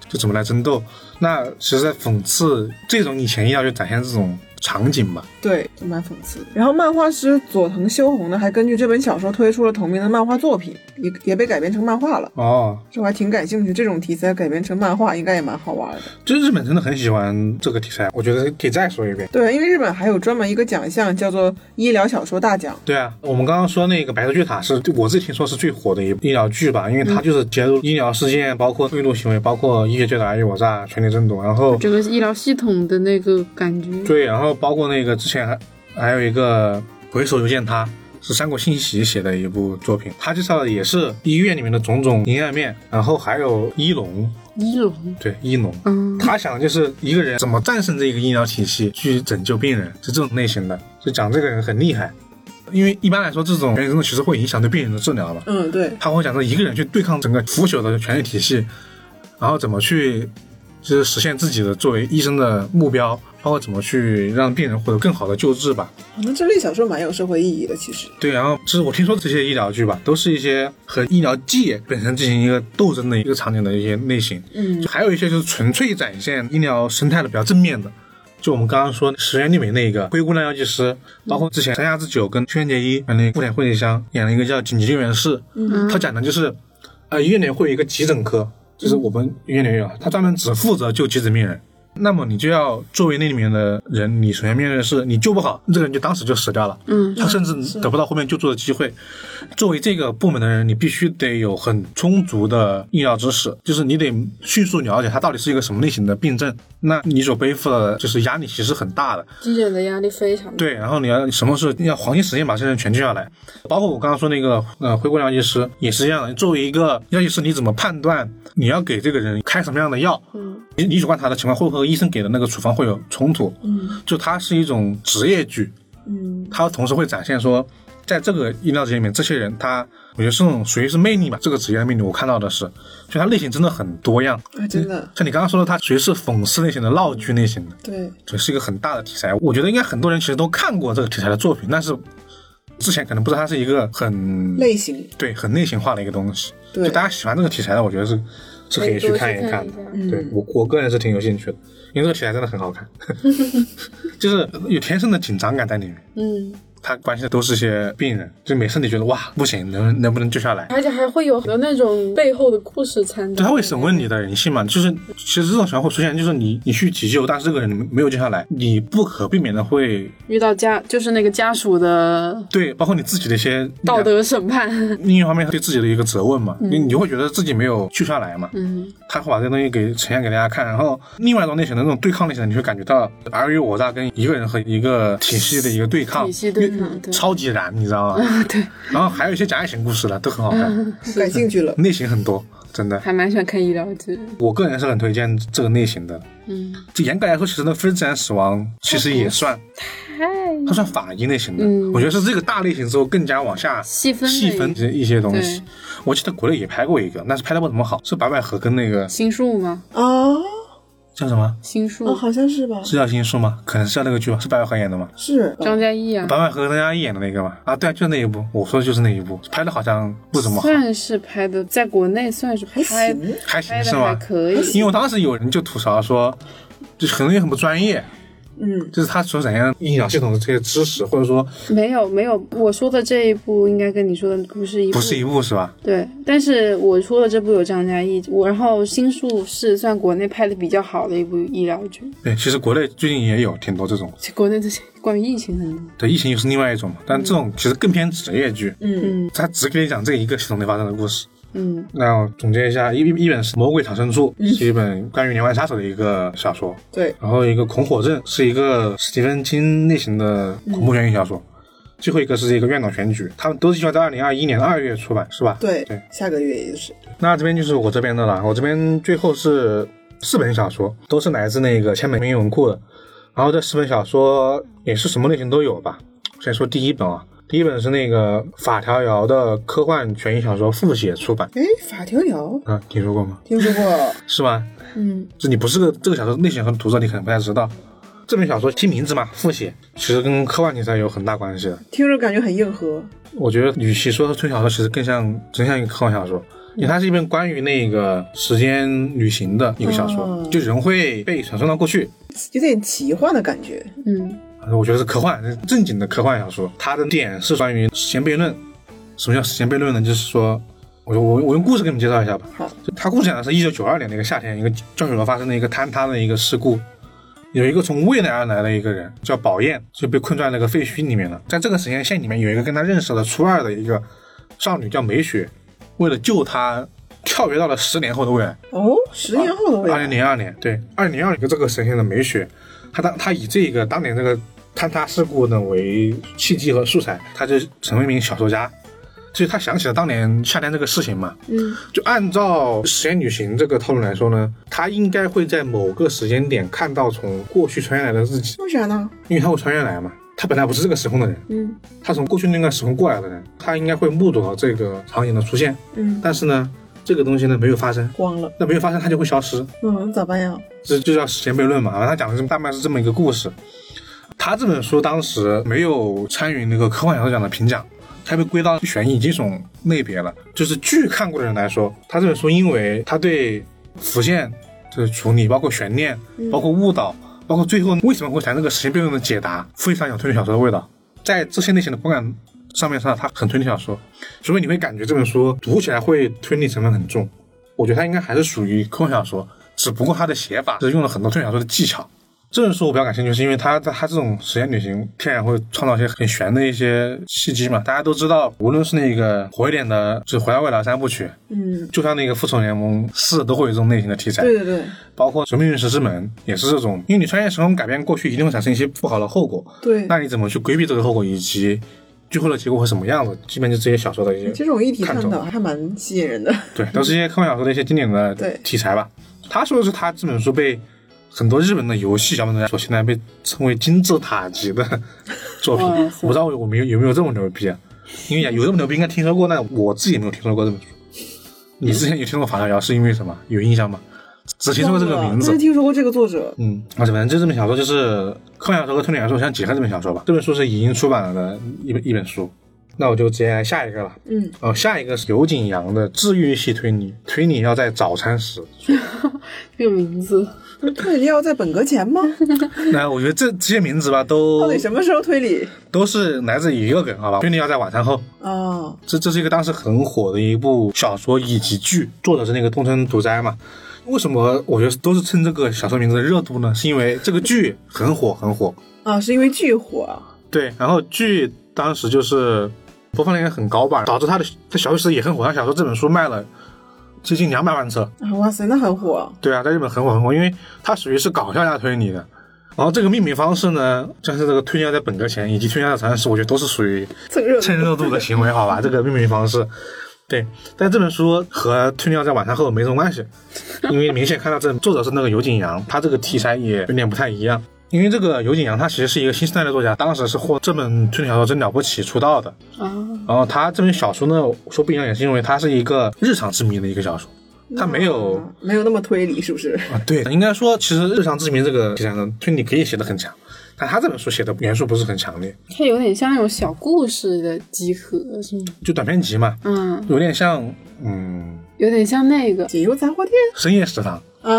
就怎么来争斗。那其实，在讽刺这种以前医疗就展现这种场景吧。对，就蛮讽刺的。然后漫画师佐藤修弘呢，还根据这本小说推出了同名的漫画作品，也也被改编成漫画了。哦，这我还挺感兴趣，这种题材改编成漫画应该也蛮好玩的。就日本真的很喜欢这个题材，我觉得可以再说一遍。对，因为日本还有专门一个奖项叫做医疗小说大奖。对啊，我们刚刚说那个《白色巨塔》是我自己听说是最火的一部医疗剧吧，因为它就是揭露医疗事件，包括贿赂行为，包括医学界的尔虞我诈、权力争夺，然后整个医疗系统的那个感觉，对，然后包括那个之前还还有一个回首又见他，是三国信息写的一部作品，他介绍的也是医院里面的种种阴暗面，然后还有医龙，一龙对医龙，嗯他想的就是一个人怎么战胜这个医疗体系，去拯救病人，是这种类型的，就讲这个人很厉害，因为一般来说这种原因其实会影响对病人的治疗嘛，嗯，对，他会讲说一个人去对抗整个腐朽的权力体系，然后怎么去就是实现自己的作为医生的目标，包括怎么去让病人获得更好的救治吧。那这类小说蛮有社会意义的，其实。对，然后就是我听说这些医疗剧吧，都是一些和医疗界本身进行一个斗争的一个场景的一些类型。嗯，还有一些就是纯粹展现医疗生态的比较正面的。就我们刚刚说石原里美那个《灰姑娘药剂师》，包括之前山下智久跟轩辕结衣演那个《富田惠梨香》，演了一个叫《紧急救援室》，嗯，他讲的就是，呃，医院里会有一个急诊科，就是我们医院里有，他专门只负责救急诊病人。那么你就要作为那里面的人，你首先面对的是你救不好，这个人就当时就死掉了。嗯，他甚至得不到后面救助的机会。作为这个部门的人，你必须得有很充足的医疗知识，就是你得迅速了解他到底是一个什么类型的病症。那你所背负的就是压力其实很大的。急诊的压力非常大。对，然后你要什么时候要黄金时间把这些人全救下来，包括我刚刚说那个呃灰姑娘药剂师也是一样的。作为一个药剂师，你怎么判断你要给这个人开什么样的药？嗯，你你主观他的情况会和医生给的那个处方会有冲突。嗯，就它是一种职业剧。嗯，它同时会展现说，在这个医疗职业里面，这些人他我觉得是那种属于是魅力吧，这个职业的魅力我看到的是，所以它类型真的很多样。啊，真的，像你刚刚说的，它属于是讽刺类型的、闹剧类型的。对，这是一个很大的题材。我觉得应该很多人其实都看过这个题材的作品，但是之前可能不知道它是一个很类型，对很类型化的一个东西。对就大家喜欢这个题材的，我觉得是是可以去看一看的。嗯对我我个人是挺有兴趣的，因为这个题材真的很好 看，就是有天生的紧张感在里面。嗯，它关系的都是些病人，就每次你觉得哇不行，能能不能救下来？而且还会有很多那种背后的故事掺杂。对，他会审问你的人性嘛，就是其实这种情况会出现，就是你你去急救，但是这个人没有救下来，你不可避免的会遇到家就是那个家属的对，包括你自己的一些道，德嗯审判。另一方面对自己的一个责问嘛，你、你就会觉得自己没有救下来嘛，嗯，他会把这个东西给呈现给大家看，然后另外一种类型的那种对抗类型的，你会感觉到尔虞我诈跟一个人和一个体系的一哦个对抗，体系对抗因为对超级燃，你知道 吗？对，然后还有一些假爱情故事的都很好 看，感兴趣了。类型很多，真的，还蛮喜欢看医疗剧。我个人是很推荐这个类型的。嗯，就严格来说，其实那非自然死亡其实也算，太它算法医类型的，嗯我觉得是这个大类型之后更加往下细分细分的一些东西对。我记得国内也拍过一个，但是拍的不怎么好，是白百合跟那个心术吗？啊，叫什么？心术哦，好像是吧？是叫新书吗？可能是叫那个剧吧，是白百合演的吗？是，哦张嘉译啊，白百合跟张嘉译演的那个嘛？啊，对啊，就那一部，我说的就是那一部，拍的好像不怎么好，算是拍的，在国内算是还拍行，还行拍是的还吗？可以。因为我当时有人就吐槽说，就是很多人很不专业，嗯，就是他所展现的医疗系统的这些知识，或者说没有没有，我说的这一部应该跟你说的不是一部，不是一部是吧？对。但是我说的这部有张嘉译，我然后心术是算国内拍的比较好的一部医疗剧。对，其实国内最近也有挺多这种，其实国内这些关于疫情很多，对，疫情又是另外一种嘛，但这种其实更偏职业剧，嗯，它只给你讲这一个系统内发生的故事。嗯，那我总结一下，一一本是《魔鬼藏身处》，是一本关于连环杀手的一个小说，对，然后一个《恐火症》是一个史蒂芬金类型的恐怖悬疑小说，最后一个是一个院长选举，他们都是计划在二零二一年二月出版，是吧？对对，下个月也就是，那这边就是我这边的了，我这边最后是四本小说，都是来自那个千本英文库的。然后这四本小说也是什么类型都有吧。先说第一本啊，第一本是那个法条瑶的科幻悬疑小说《复写》出版哎，法条条啊，听说过吗？听说过，是吗？嗯，就你不是个这个小说类型小说的读者，你可能不太知道。这本小说听名字嘛，《复写》其实跟科幻题材有很大关系的。 听着感觉很硬核，我觉得与其说是推理小说，其实更像真像一个科幻小说，因为它是一本关于那个时间旅行的一个小说，哦就人会被传送到过去。有点奇幻的感觉，嗯，我觉得是科幻，是正经的科幻小说。它的点是关于时间悖论。什么叫时间悖论呢？就是说，我我我用故事给你们介绍一下吧。好，就它故事讲的是一九九二年的一个夏天，一个教学楼发生了一个坍塌的一个事故，有一个从未来而来的一个人叫宝燕，就被困在那个废墟里面了。在这个时间线里面，有一个跟他认识的初二的一个少女叫梅雪，为了救她，跳跃到了十年后的未来。哦，十年后的未二零来，零二年，对，二零零二年这个神仙的美雪，他当他以这个当年这个坍塌事故呢为契机和素材，他就成为一名小说家。所以他想起了当年夏天这个事情嘛，嗯，就按照时间旅行这个套路来说呢，他应该会在某个时间点看到从过去穿越来的自己，为啥呢？因为他会穿越来嘛。他本来不是这个时空的人，嗯，他从过去那个时空过来的人，他应该会目睹到这个场景的出现。嗯，但是呢，这个东西呢没有发生，光了，那没有发生它就会消失，嗯，咋办呀？这就叫时间悖论嘛。他讲的这大概是这么一个故事。他这本书当时没有参与那个科幻小说奖的评奖，它被归到悬疑惊悚类别了。就是剧看过的人来说，他这本书因为他对浮现的处理，包括悬念，包括误导，包括最后为什么会谈这个时间悖论的解答，非常有推理小说的味道。在这些类型的观感上面上，它很推理小说，所以你会感觉这本书读起来会推理成分很重。我觉得它应该还是属于科幻小说，只不过它的写法是用了很多推理小说的技巧。这本书我比较感兴趣，是因为它它它这种时间旅行天然会创造一些很玄的一些契机嘛。大家都知道，无论是那个火一点的，就是《回到未来》三部曲，嗯，就像那个《复仇者联盟四》，都会有这种类型的题材。对对对包括《神秘运十之门》也是这种，因为你穿越时空改变过去，一定会产生一些不好的后果。对，那你怎么去规避这个后果，以及最后的结果会什么样子？基本就这些小说的一些这种议题看探中讨还蛮吸引人的。对，都是一些科幻小说的一些经典的对题材吧。他说的是他这本书被很多日本的游戏小本作家所现在被称为金字塔 级的作品，哇我塞不知道我们有有没有这么牛逼啊？因为有这么牛逼应该听说过，但我自己没有听说过这本书。你之前有听过《法条聊》是因为什么？有印象吗？只听说过这个忘了名字但是，听说过这个作者，嗯，而且反正就这本小说就是科幻小说和推理小说，我想解开这本小说吧。这本书是已经出版了的一本一本书，那我就直接来下一个了。嗯，哦，下一个是刘景阳的治愈系推理，推理要在早餐 时。这个名字，推理要在本格 前吗？那我觉得这这些名字吧，到都底什么时候推理都是来自于一个梗，好吧？推理要在晚餐后，啊？这这是一个当时很火的一部小说以及剧，作者是那个东村独哉嘛。为什么我觉得都是蹭这个小说名字的热度呢？是因为这个剧很火很火，啊，是因为剧火啊，对，然后剧当时就是播放量也很高吧，导致他的他小说时也很火，他小说这本书卖了接近两百万册。啊哇塞，那很火啊，对啊，在日本很火很火，因为它属于是搞笑加推理的。然后这个命名方式呢，像是这个推荐在本格前以及推荐在长安时，我觉得都是属于 蹭热度蹭热度的行为，好吧？这个命名方式，对。但这本书和推荐在晚上后没什么关系，因为明显看到这作者是那个尤景阳，他这个题材也有点不太一样。因为这个尤景阳他其实是一个新生代的作家，当时是获这本推理小说真了不起出道的。啊，然后他这本小说呢，说不一样也是因为它是一个日常之谜的一个小说，它没有啊没有那么推理，是不是？啊，对，应该说，其实日常之谜这个题材呢，推理可以写得很强，但他这本书写的元素不是很强烈，它有点像那种小故事的集合，是吗？就短篇集嘛，嗯，有点像，嗯，有点像那个解忧杂货店深夜食堂，啊，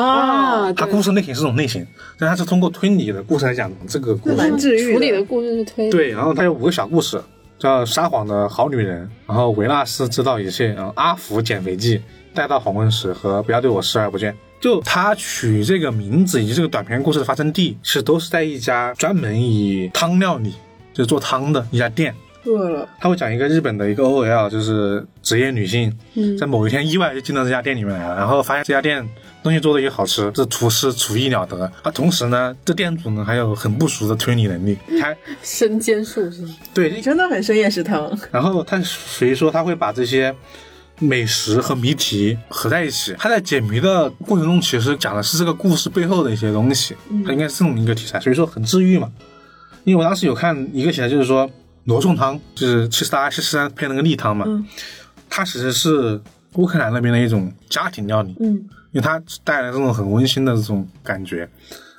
啊，它对，故事类型是这种类型，但它是通过推理的故事来讲这个故那事蛮，治愈处理的故事是推理，对，然后它有五个小故事，叫撒谎的好女人，然后维纳斯知道一切，然后阿福减肥记，待到黄昏时和不要对我视而不见。就他取这个名字以及这个短篇故事的发生地，其实都是在一家专门以汤料理，就是做汤的一家店。饿了，他会讲一个日本的一个 OL，就是职业女性，在某一天意外就进到这家店里面来了，然后发现这家店东西做的也好吃，这厨师厨艺了得。啊，同时呢，这店主呢还有很不俗的推理能力，他身兼数是吗？对你，真的很深夜食堂，然后他所以说他会把这些美食和谜题合在一起。他在解谜的过程中，其实讲的是这个故事背后的一些东西，他应该是这么一个题材，所以说很治愈嘛。因为我当时有看一个写的，就是说罗宋汤，就是七十大七十三配那个例汤嘛，它其实是乌克兰那边的一种家庭料理，嗯，因为它带来这种很温馨的这种感觉。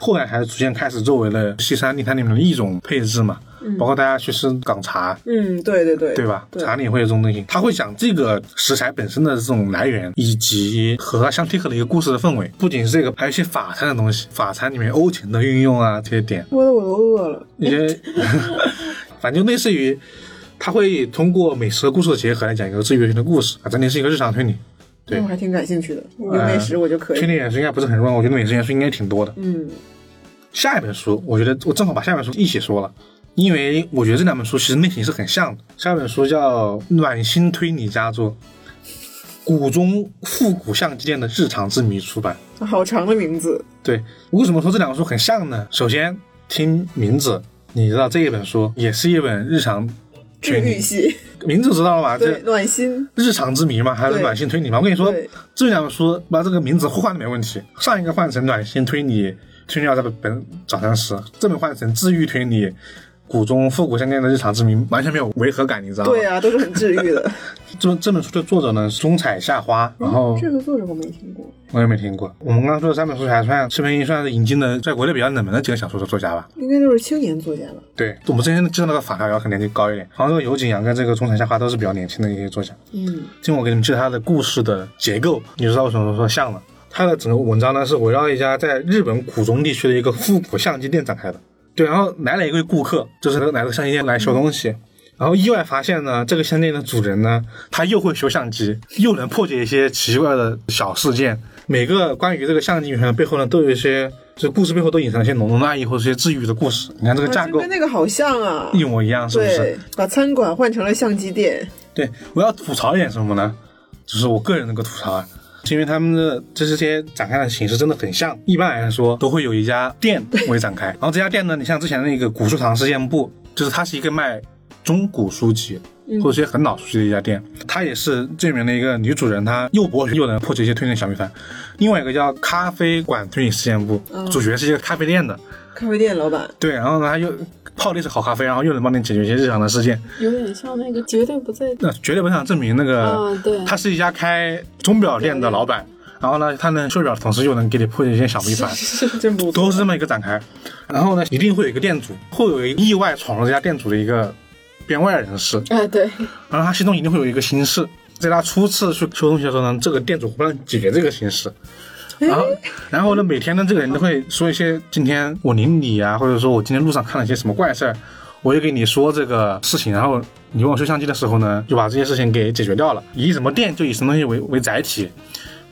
后来还逐渐开始作为了西餐地摊里面的一种配置嘛，包括大家去吃港茶，嗯，对对对，对吧？对茶里会有这种东西，他会讲这个食材本身的这种来源，以及和它相贴合的一个故事的氛围。不仅是这个，还有一些法餐的东西，法餐里面欧芹的运用啊，这些点，说的我都饿了，一些，反正就类似于，他会通过美食和故事的结合来讲一个治愈性的故事啊，整体是一个日常推理。对呃那我还挺感兴趣的，有美食我就可推以，理元素应该不是很弱，我觉得美食元素应该挺多的。嗯，下一本书，我觉得我正好把下一本书一起说了，因为我觉得这两本书其实类型是很像的。下一本书叫《暖心推理佳作：古中复古相机店的日常之谜》出版。好长的名字，对，为什么说这两个书很像呢？首先听名字，你知道这一本书也是一本日常治推愈理，系，名字知道了吧？对，这暖心，日常之谜嘛，还是对暖心推理嘛？我跟你说对，这两本书把这个名字互换都没问题。上一个换成暖心推理，推理到这本早餐时，这本换成治愈推理，古中复古相间的日常之谜，完全没有违和感，你知道吗？对啊，都是很治愈的。这这本书的作者呢是中彩夏花，然后这个作者我没听过，我也没听过。我们刚刚说的三本书还算是篇一算是引进的在国内比较冷门的几个小说的作家吧。应该都是青年作家吧？对，我们之前介绍那个法条遥可能年纪高一点，好像这个有井阳跟这个中产夏花都是比较年轻的一些作家。嗯，听我给你们介绍他的故事的结构，你就知道为什么说像了。他的整个文章呢是围绕一家在日本古中地区的一个复古相机店展开的。对，然后来了一位顾客，就是来到相机店来修东西，然后意外发现呢，这个相机店的主人呢，他又会修相机，又能破解一些奇怪的小事件。每个关于这个相机女权的背后呢，都有一些，就是故事背后都隐藏一些浓浓的爱意或者一些治愈的故事。你看这个架啊，就构跟那个好像啊。一模一样，哎是不是？对，把餐馆换成了相机店，对，我要吐槽一点什么呢？就是我个人的一个吐槽，啊，是因为他们的这这些展开的形式真的很像。一般来说，都会有一家店为展开，然后这家店呢，你像之前那个古书堂事件部，就是它是一个卖中古书籍。或者一些很老书籍的一家店，它也是这里面的一个女主人，她又博学又能破解一些推理小谜团。另外一个叫咖啡馆推理事件部，主角是一个咖啡店的，咖啡店老板，对，然后呢，他又泡的是好咖啡，然后又能帮你解决一些日常的事件。有点像那个绝对不在。那绝对不想证明那个，啊对他是一家开钟表店的老板，然后呢，他能修表的同时又能给你破解一些小谜团，真不错。都 是这么一个展开。然后呢，一定会有一个店主，会有一个意外闯入这家店主的一个编外人士，哎，对，然后他心中一定会有一个心事。在他初次去修东西的时候呢，这个店主会帮他解决这个心事。然后，然后呢，每天呢，这个人都会说一些今天我邻里啊，或者说我今天路上看了一些什么怪事儿，我就给你说这个事情。然后你问我修相机的时候呢，就把这些事情给解决掉了。以什么店就以什么东西为为载体，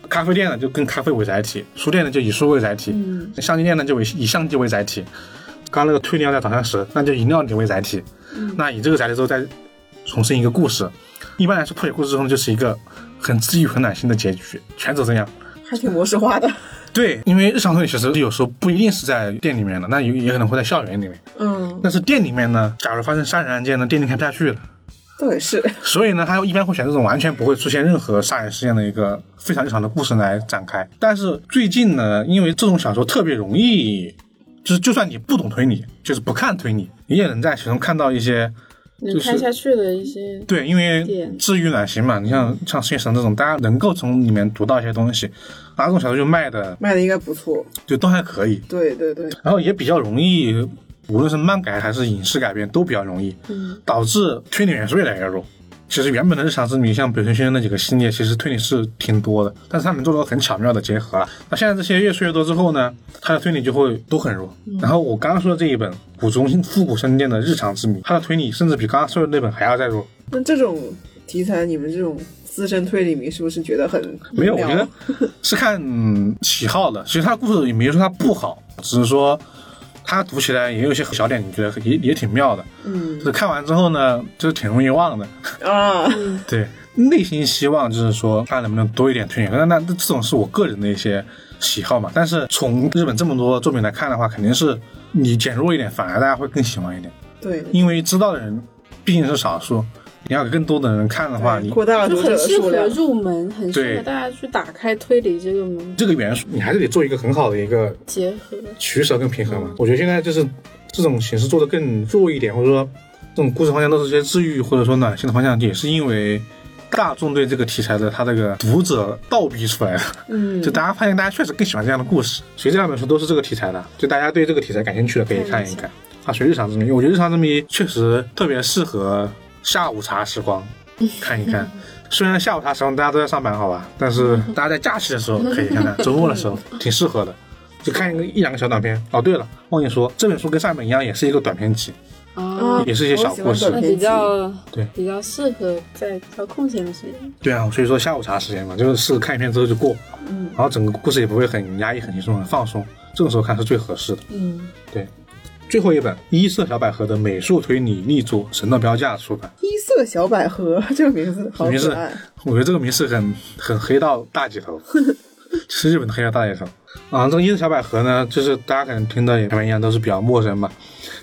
咖啡店呢就跟咖啡为载体，书店呢就以书为载体，相机店呢就以以相机为载体。刚刚那个推料在早餐时，那就以料理为载体，那以这个载体之后再重新一个故事。一般来说，破解故事之后呢就是一个很治愈、很暖心的结局，全都这样。还挺模式化 的。对，因为日常推理其实有时候不一定是在店里面的，那也也可能会在校园里面。嗯，但是店里面呢，假如发生杀人案件呢，店里看不下去了，倒也是。所以呢，他一般会选这种完全不会出现任何杀人事件的一个非常日常的故事来展开。但是最近呢，因为这种小说特别容易，就是就算你不懂推理，就是不看推理，你也能在其中看到一些能看下去的一些，对，因为点治愈暖心嘛，你像像《夜神》这种，大家能够从里面读到一些东西，拿这种小说就卖的卖的应该不错。就都还可以。对对对，然后也比较容易，无论是漫改还是影视改编都比较容易，导致推理元素越来越弱。其实原本的日常之谜，像北村先生那几个系列，其实推理是挺多的，但是他们做了很巧妙的结合了。那现在这些越说越多之后呢，它的推理就会都很弱。然后我刚刚说的这一本古中复古圣殿的日常之谜，它的推理甚至比刚刚说的那本还要再弱。那这种题材，你们这种资深推理迷是不是觉得很没有，我无聊觉 得是看嗯喜好的。其实他的故事也没说他不好，只是说他读起来也有一些小点，你觉得也也挺妙的。嗯，就是看完之后呢，就是挺容易忘的。啊？对，内心希望就是说他能不能多一点推理。那那这种是我个人的一些喜好嘛。但是从日本这么多作品来看的话，肯定是你减弱一点，反而大家会更喜欢一点，对，因为知道的人毕竟是少数。你要给更多的人看的话，你扩大了就读者很的适数合量。入门，很适对合大家去打开推理这个门这个元素，你还是得做一个很好的一个结合。取舍跟平衡嘛。我觉得现在就是这种形式做的更弱一点，或者说这种故事方向都是一些治愈或者说暖心的方向，也是因为大众对这个题材的他这个读者倒逼出来的。嗯，就大家发现大家确实更喜欢这样的故事，所以这两本书都是这个题材的，就大家对这个题材感兴趣的可以看一看。啊，学日常之谜，我觉得日常之谜确实特别适合下午茶时光看一看。虽然下午茶时光大家都在上班，好吧，但是大家在假期的时候可以看看，周末的时候挺适合的。就看一个一两个小短片。哦，对了，忘记说，这本书跟上一本一样，也是一个短篇集，啊啊，也是一些小故我喜事欢那短。比较对比较适合在比较空闲的时间。对啊，所以说下午茶时间嘛，就是是看一篇之后就过，嗯，然后整个故事也不会很压抑、很轻松、很放松，这种时候看是最合适的。嗯，对，最后一本一色小百合的美术推理力作《神的标价》出版，一色小百合 这个名字好名字可爱，我觉得这个名字很很黑道大姐 头，就是日本的黑道大姐头。啊，这个伊豆小百合呢，就是大家可能听的也跟我们一样，都是比较陌生吧。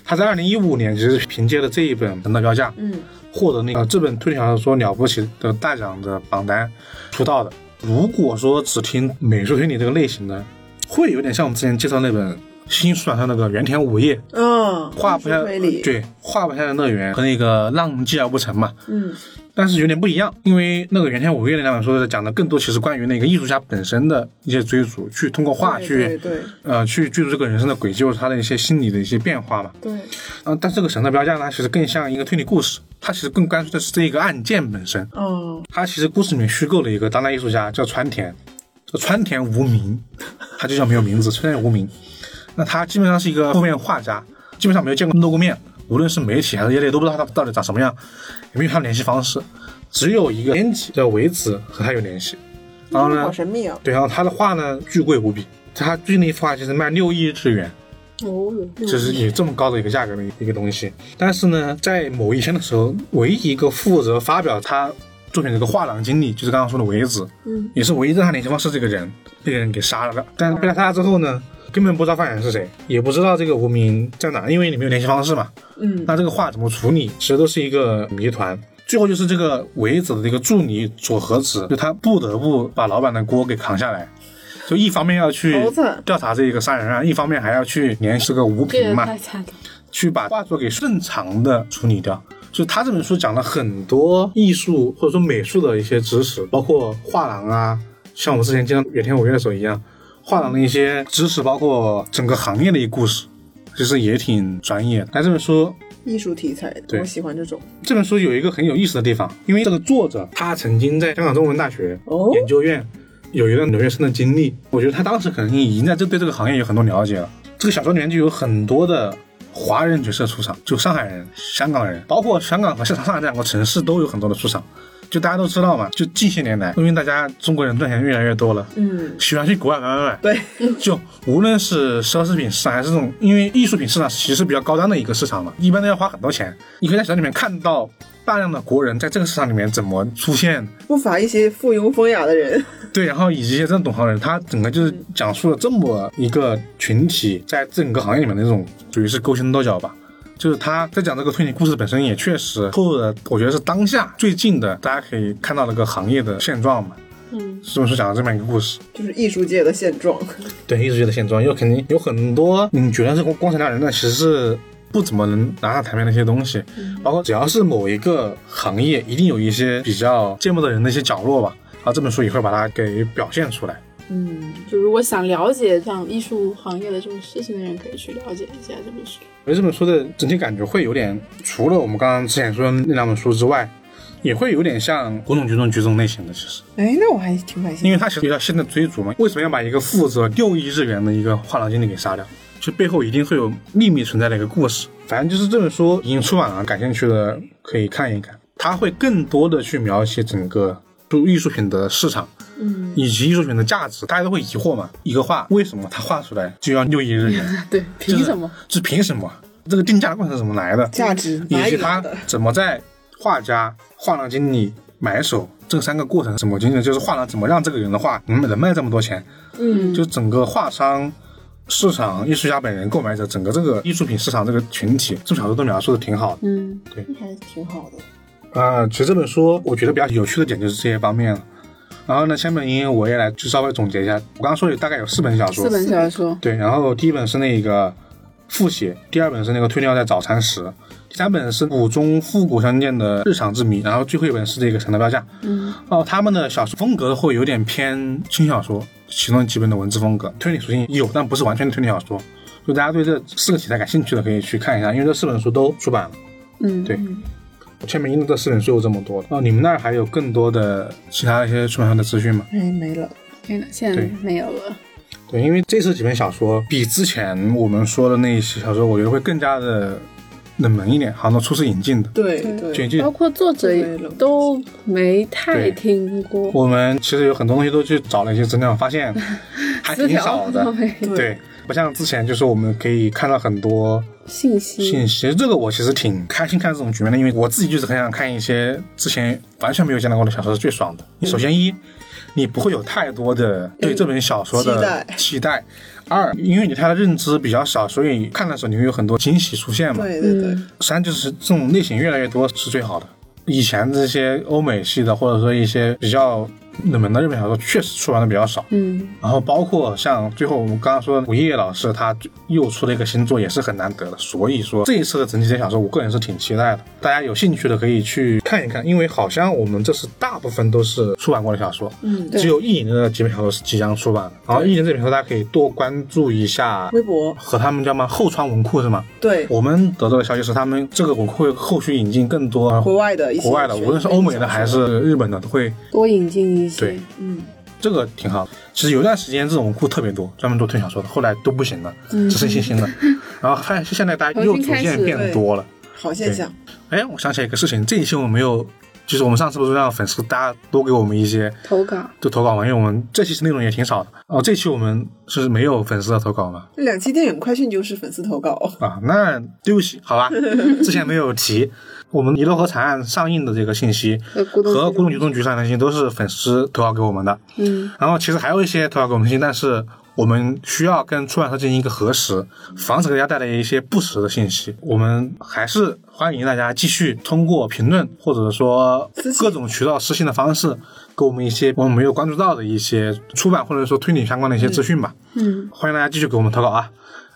他在二零一五年其实凭借着这一本《等到标价》，嗯，获得那个、呃这本推理小说《了不起的大奖》的榜单出道的。如果说只听美术推理这个类型的，会有点像我们之前介绍那本新出版社那个原田武叶嗯，画不下推理，对画不下的乐园和那个浪迹而不成嘛，嗯但是有点不一样，因为那个原田五月的那本书讲的更多，其实关于那个艺术家本身的一些追逐，去通过画对去对对呃去追逐这个人生的轨迹，或者他的一些心理的一些变化嘛。对，嗯、但这个神的标价呢，其实更像一个推理故事，它其实更关注的是这一个案件本身。嗯，它其实故事里面虚构了一个当代艺术家叫川田，叫川田无名，他就叫没有名字，川田无名。那他基本上是一个封面画家，基本上没有见过露过面，无论是媒体还是业内都不知道他到底长什么样，也没有他的联系方式，只有一个编辑叫维子和他有联系。然后呢好，神秘啊，对，然后他的画呢巨贵无比，他最近的一幅画其实卖六亿日元，哦哟，嗯就是以这么高的一个价格的一个东西。但是呢，在某一天的时候，唯一一个负责发表他作品的一个画廊经理，就是刚刚说的维子，嗯，也是唯一让他联系方式这个人被人给杀了。但是被他杀了之后呢，根本不知道犯人是谁，也不知道这个无名在哪，因为你没有联系方式嘛。嗯那这个画怎么处理，其实都是一个谜团。最后就是这个维子的一个助理佐和子，就他不得不把老板的锅给扛下来，就一方面要去好惨调查这个杀人案，一方面还要去联系这个吴这平也嘛，太惨了。去把画作给正常的处理掉。就他这本书讲了很多艺术或者说美术的一些知识，包括画廊啊，像我们之前经常原田五月的时候一样，画廊的一些知识，包括整个行业的一个故事，其实也挺专业的。但这本书艺术题材，对我喜欢这种，这本书有一个很有意思的地方，因为这个作者他曾经在香港中文大学哦研究院有一段留学生的经历，我觉得他当时可能已经在这对这个行业有很多了解了。这个小说里面就有很多的华人角色出场，就上海人、香港人，包括香港和上海这两个城市都有很多的出场。就大家都知道嘛，就近些年来，因为大家中国人赚钱越来越多了，嗯，喜欢去国外买买买，对，就无论是奢侈品市场还是这种，因为艺术品市场其实是比较高端的一个市场嘛，一般都要花很多钱。你可以在小说里面看到大量的国人在这个市场里面怎么出现，不乏一些附庸风雅的人，对，然后以及一些这种行人，他整个就是讲述了这么一个群体在整个行业里面的那种属于是勾心斗角吧。就是他在讲这个推理故事本身也确实透露了，我觉得是当下最近的大家可以看到那个行业的现状嘛。嗯，是不是讲了这么一个故事？就是艺术界的现状，对艺术界的现状，因为肯定有很多你觉得是光光彩亮人的，其实是不怎么能拿到台面的一些东西。包括只要是某一个行业，一定有一些比较见不得人的一些角落吧。啊，这本书也会把它给表现出来。嗯，就如果想了解像艺术行业的这种事情的人，可以去了解一下这本书。我觉得这本书的整体感觉会有点，除了我们刚刚之前说的那两本书之外，也会有点像古董局中局中类型的，其实。哎，那我还挺感因兴趣，为他其实比较新的追逐嘛，为什么要把一个负责六亿日元的一个画廊经理给杀掉？这背后一定会有秘密存在的一个故事。反正就是这本书已经出版了，感兴趣的可以看一看。它会更多的去描写整个就艺术品的市场，嗯，以及艺术品的价值。大家都会疑惑嘛，一个画为什么它画出来就要六亿日元？ 对，凭什么？？这凭什么？这个定价的过程是怎么来的？价值以哪及里他来的？怎么在画家、画廊经理、买手这三个过程怎么经历，就是画廊怎么让这个人的画能能卖这么多钱，嗯，就整个画商。市场、艺术家本人、购买者，整个这个艺术品市场这个群体，这本小说都描述的挺好的。嗯，还挺好的，啊、其实这本书我觉得比较有趣的点就是这些方面了。然后呢，下面因为我也来就稍微总结一下，我刚刚说有大概有四本小说，四本小说，对，然后第一本是那个复写，第二本是那个推理要在早餐时，第三本是古中复古相见的日常之谜，然后最后一本是这个神的标价。嗯，哦，他们的小说风格会有点偏轻小说，其中几本的文字风格推理属性有，但不是完全的推理小说。就大家对这四个题材感兴趣的，可以去看一下，因为这四本书都出版了。嗯，对千面樱的这四本书有这么多，哦，你们那儿还有更多的其他一些出版上的资讯吗？哎，没了，对的，现在对没有了。对，因为这次几本小说比之前我们说的那一些小说，我觉得会更加的冷门一点，好像初次引进的。对卷对，进包括作者也都没太对听过，我们其实有很多东西都去找了一些资料，发现还资挺料少的都。没 对对，不像之前，就是我们可以看到很多信嗯息。信息。这个我其实挺开心看这种局面嗯的，因为我自己就是很想看一些之前完全没有见到过的小说，是最爽的。首先一，你不会有太多的对这本小说期的待期待。二，因为你对它的认知比较少，所以看的时候你会有很多惊喜出现嘛。嗯对对对，三就是这种类型越来越多是最好的。以前这些欧美系的，或者说一些比较冷门的日本小说，确实出版的比较少。嗯，然后包括像最后我们刚刚说的午夜老师，他又出了一个新作，也是很难得的。所以说这一次的整体的小说，我个人是挺期待的。大家有兴趣的可以去看一看，因为好像我们这次大部分都是出版过的小说，嗯，只有意淫的几本小说是即将出版的。然后意淫这本小说，大家可以多关注一下。微博和他们叫吗？后川文库是吗？对我们得到的消息是，他们这个文库会后续引进更多国外的一些国外的，无论是欧美的还是是日本的，都会多引进一些对，嗯，这个挺好。其实有一段时间这种库特别多，专门做推小说的，后来都不行了，只剩新 兴的。然后发现现在大家又逐渐变多了。好现象，哎，我想起来一个事情，这一期我们没有，就是我们上次不是让粉丝大家多给我们一些投稿就投稿嘛，因为我们这期内容也挺少的。哦，这期我们是没有粉丝的投稿嘛？这两期电影快讯就是粉丝投稿，啊，那对不起，好 吧，之前没有提。我们《尼罗河惨案》上映的这个信息和古董局和《古董局中局》上的信息都是粉丝投稿给我们的。嗯，然后其实还有一些投稿给我们信息，但是我们需要跟出版社进行一个核实，防止给大家带来一些不实的信息。我们还是欢迎大家继续通过评论或者说私信各种渠道私信的方式，给我们一些我们没有关注到的一些出版或者说推理相关的一些资讯吧。嗯，欢迎大家继续给我们投稿啊！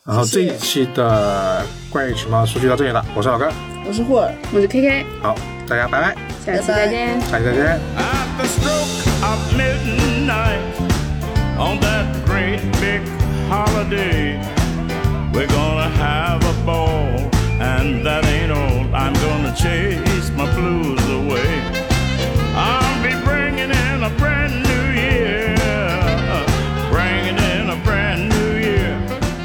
然后这谢谢一期的怪异情报数据到这里了，我是老根儿，我是霍尔。我是 KK，好，大家拜拜，下期再见。下期再见。 At the stroke of midnight on that great big holiday, we're gonna have a ball, and that ain't all. I'm gonna chase my blues away. I'll be bringing in a brand new year, bringing in a brand new year.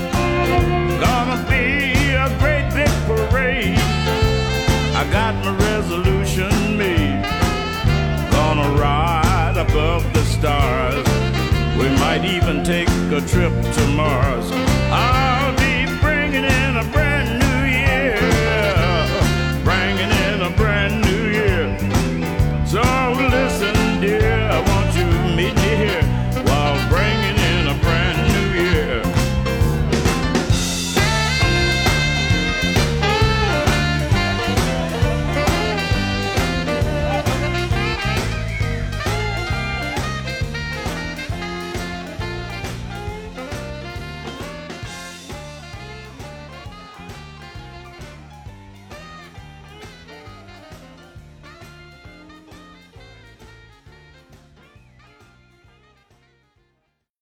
Gonna be a great big parade. I got my resolution made. Gonna ride above the stars. We might even take a trip to Mars.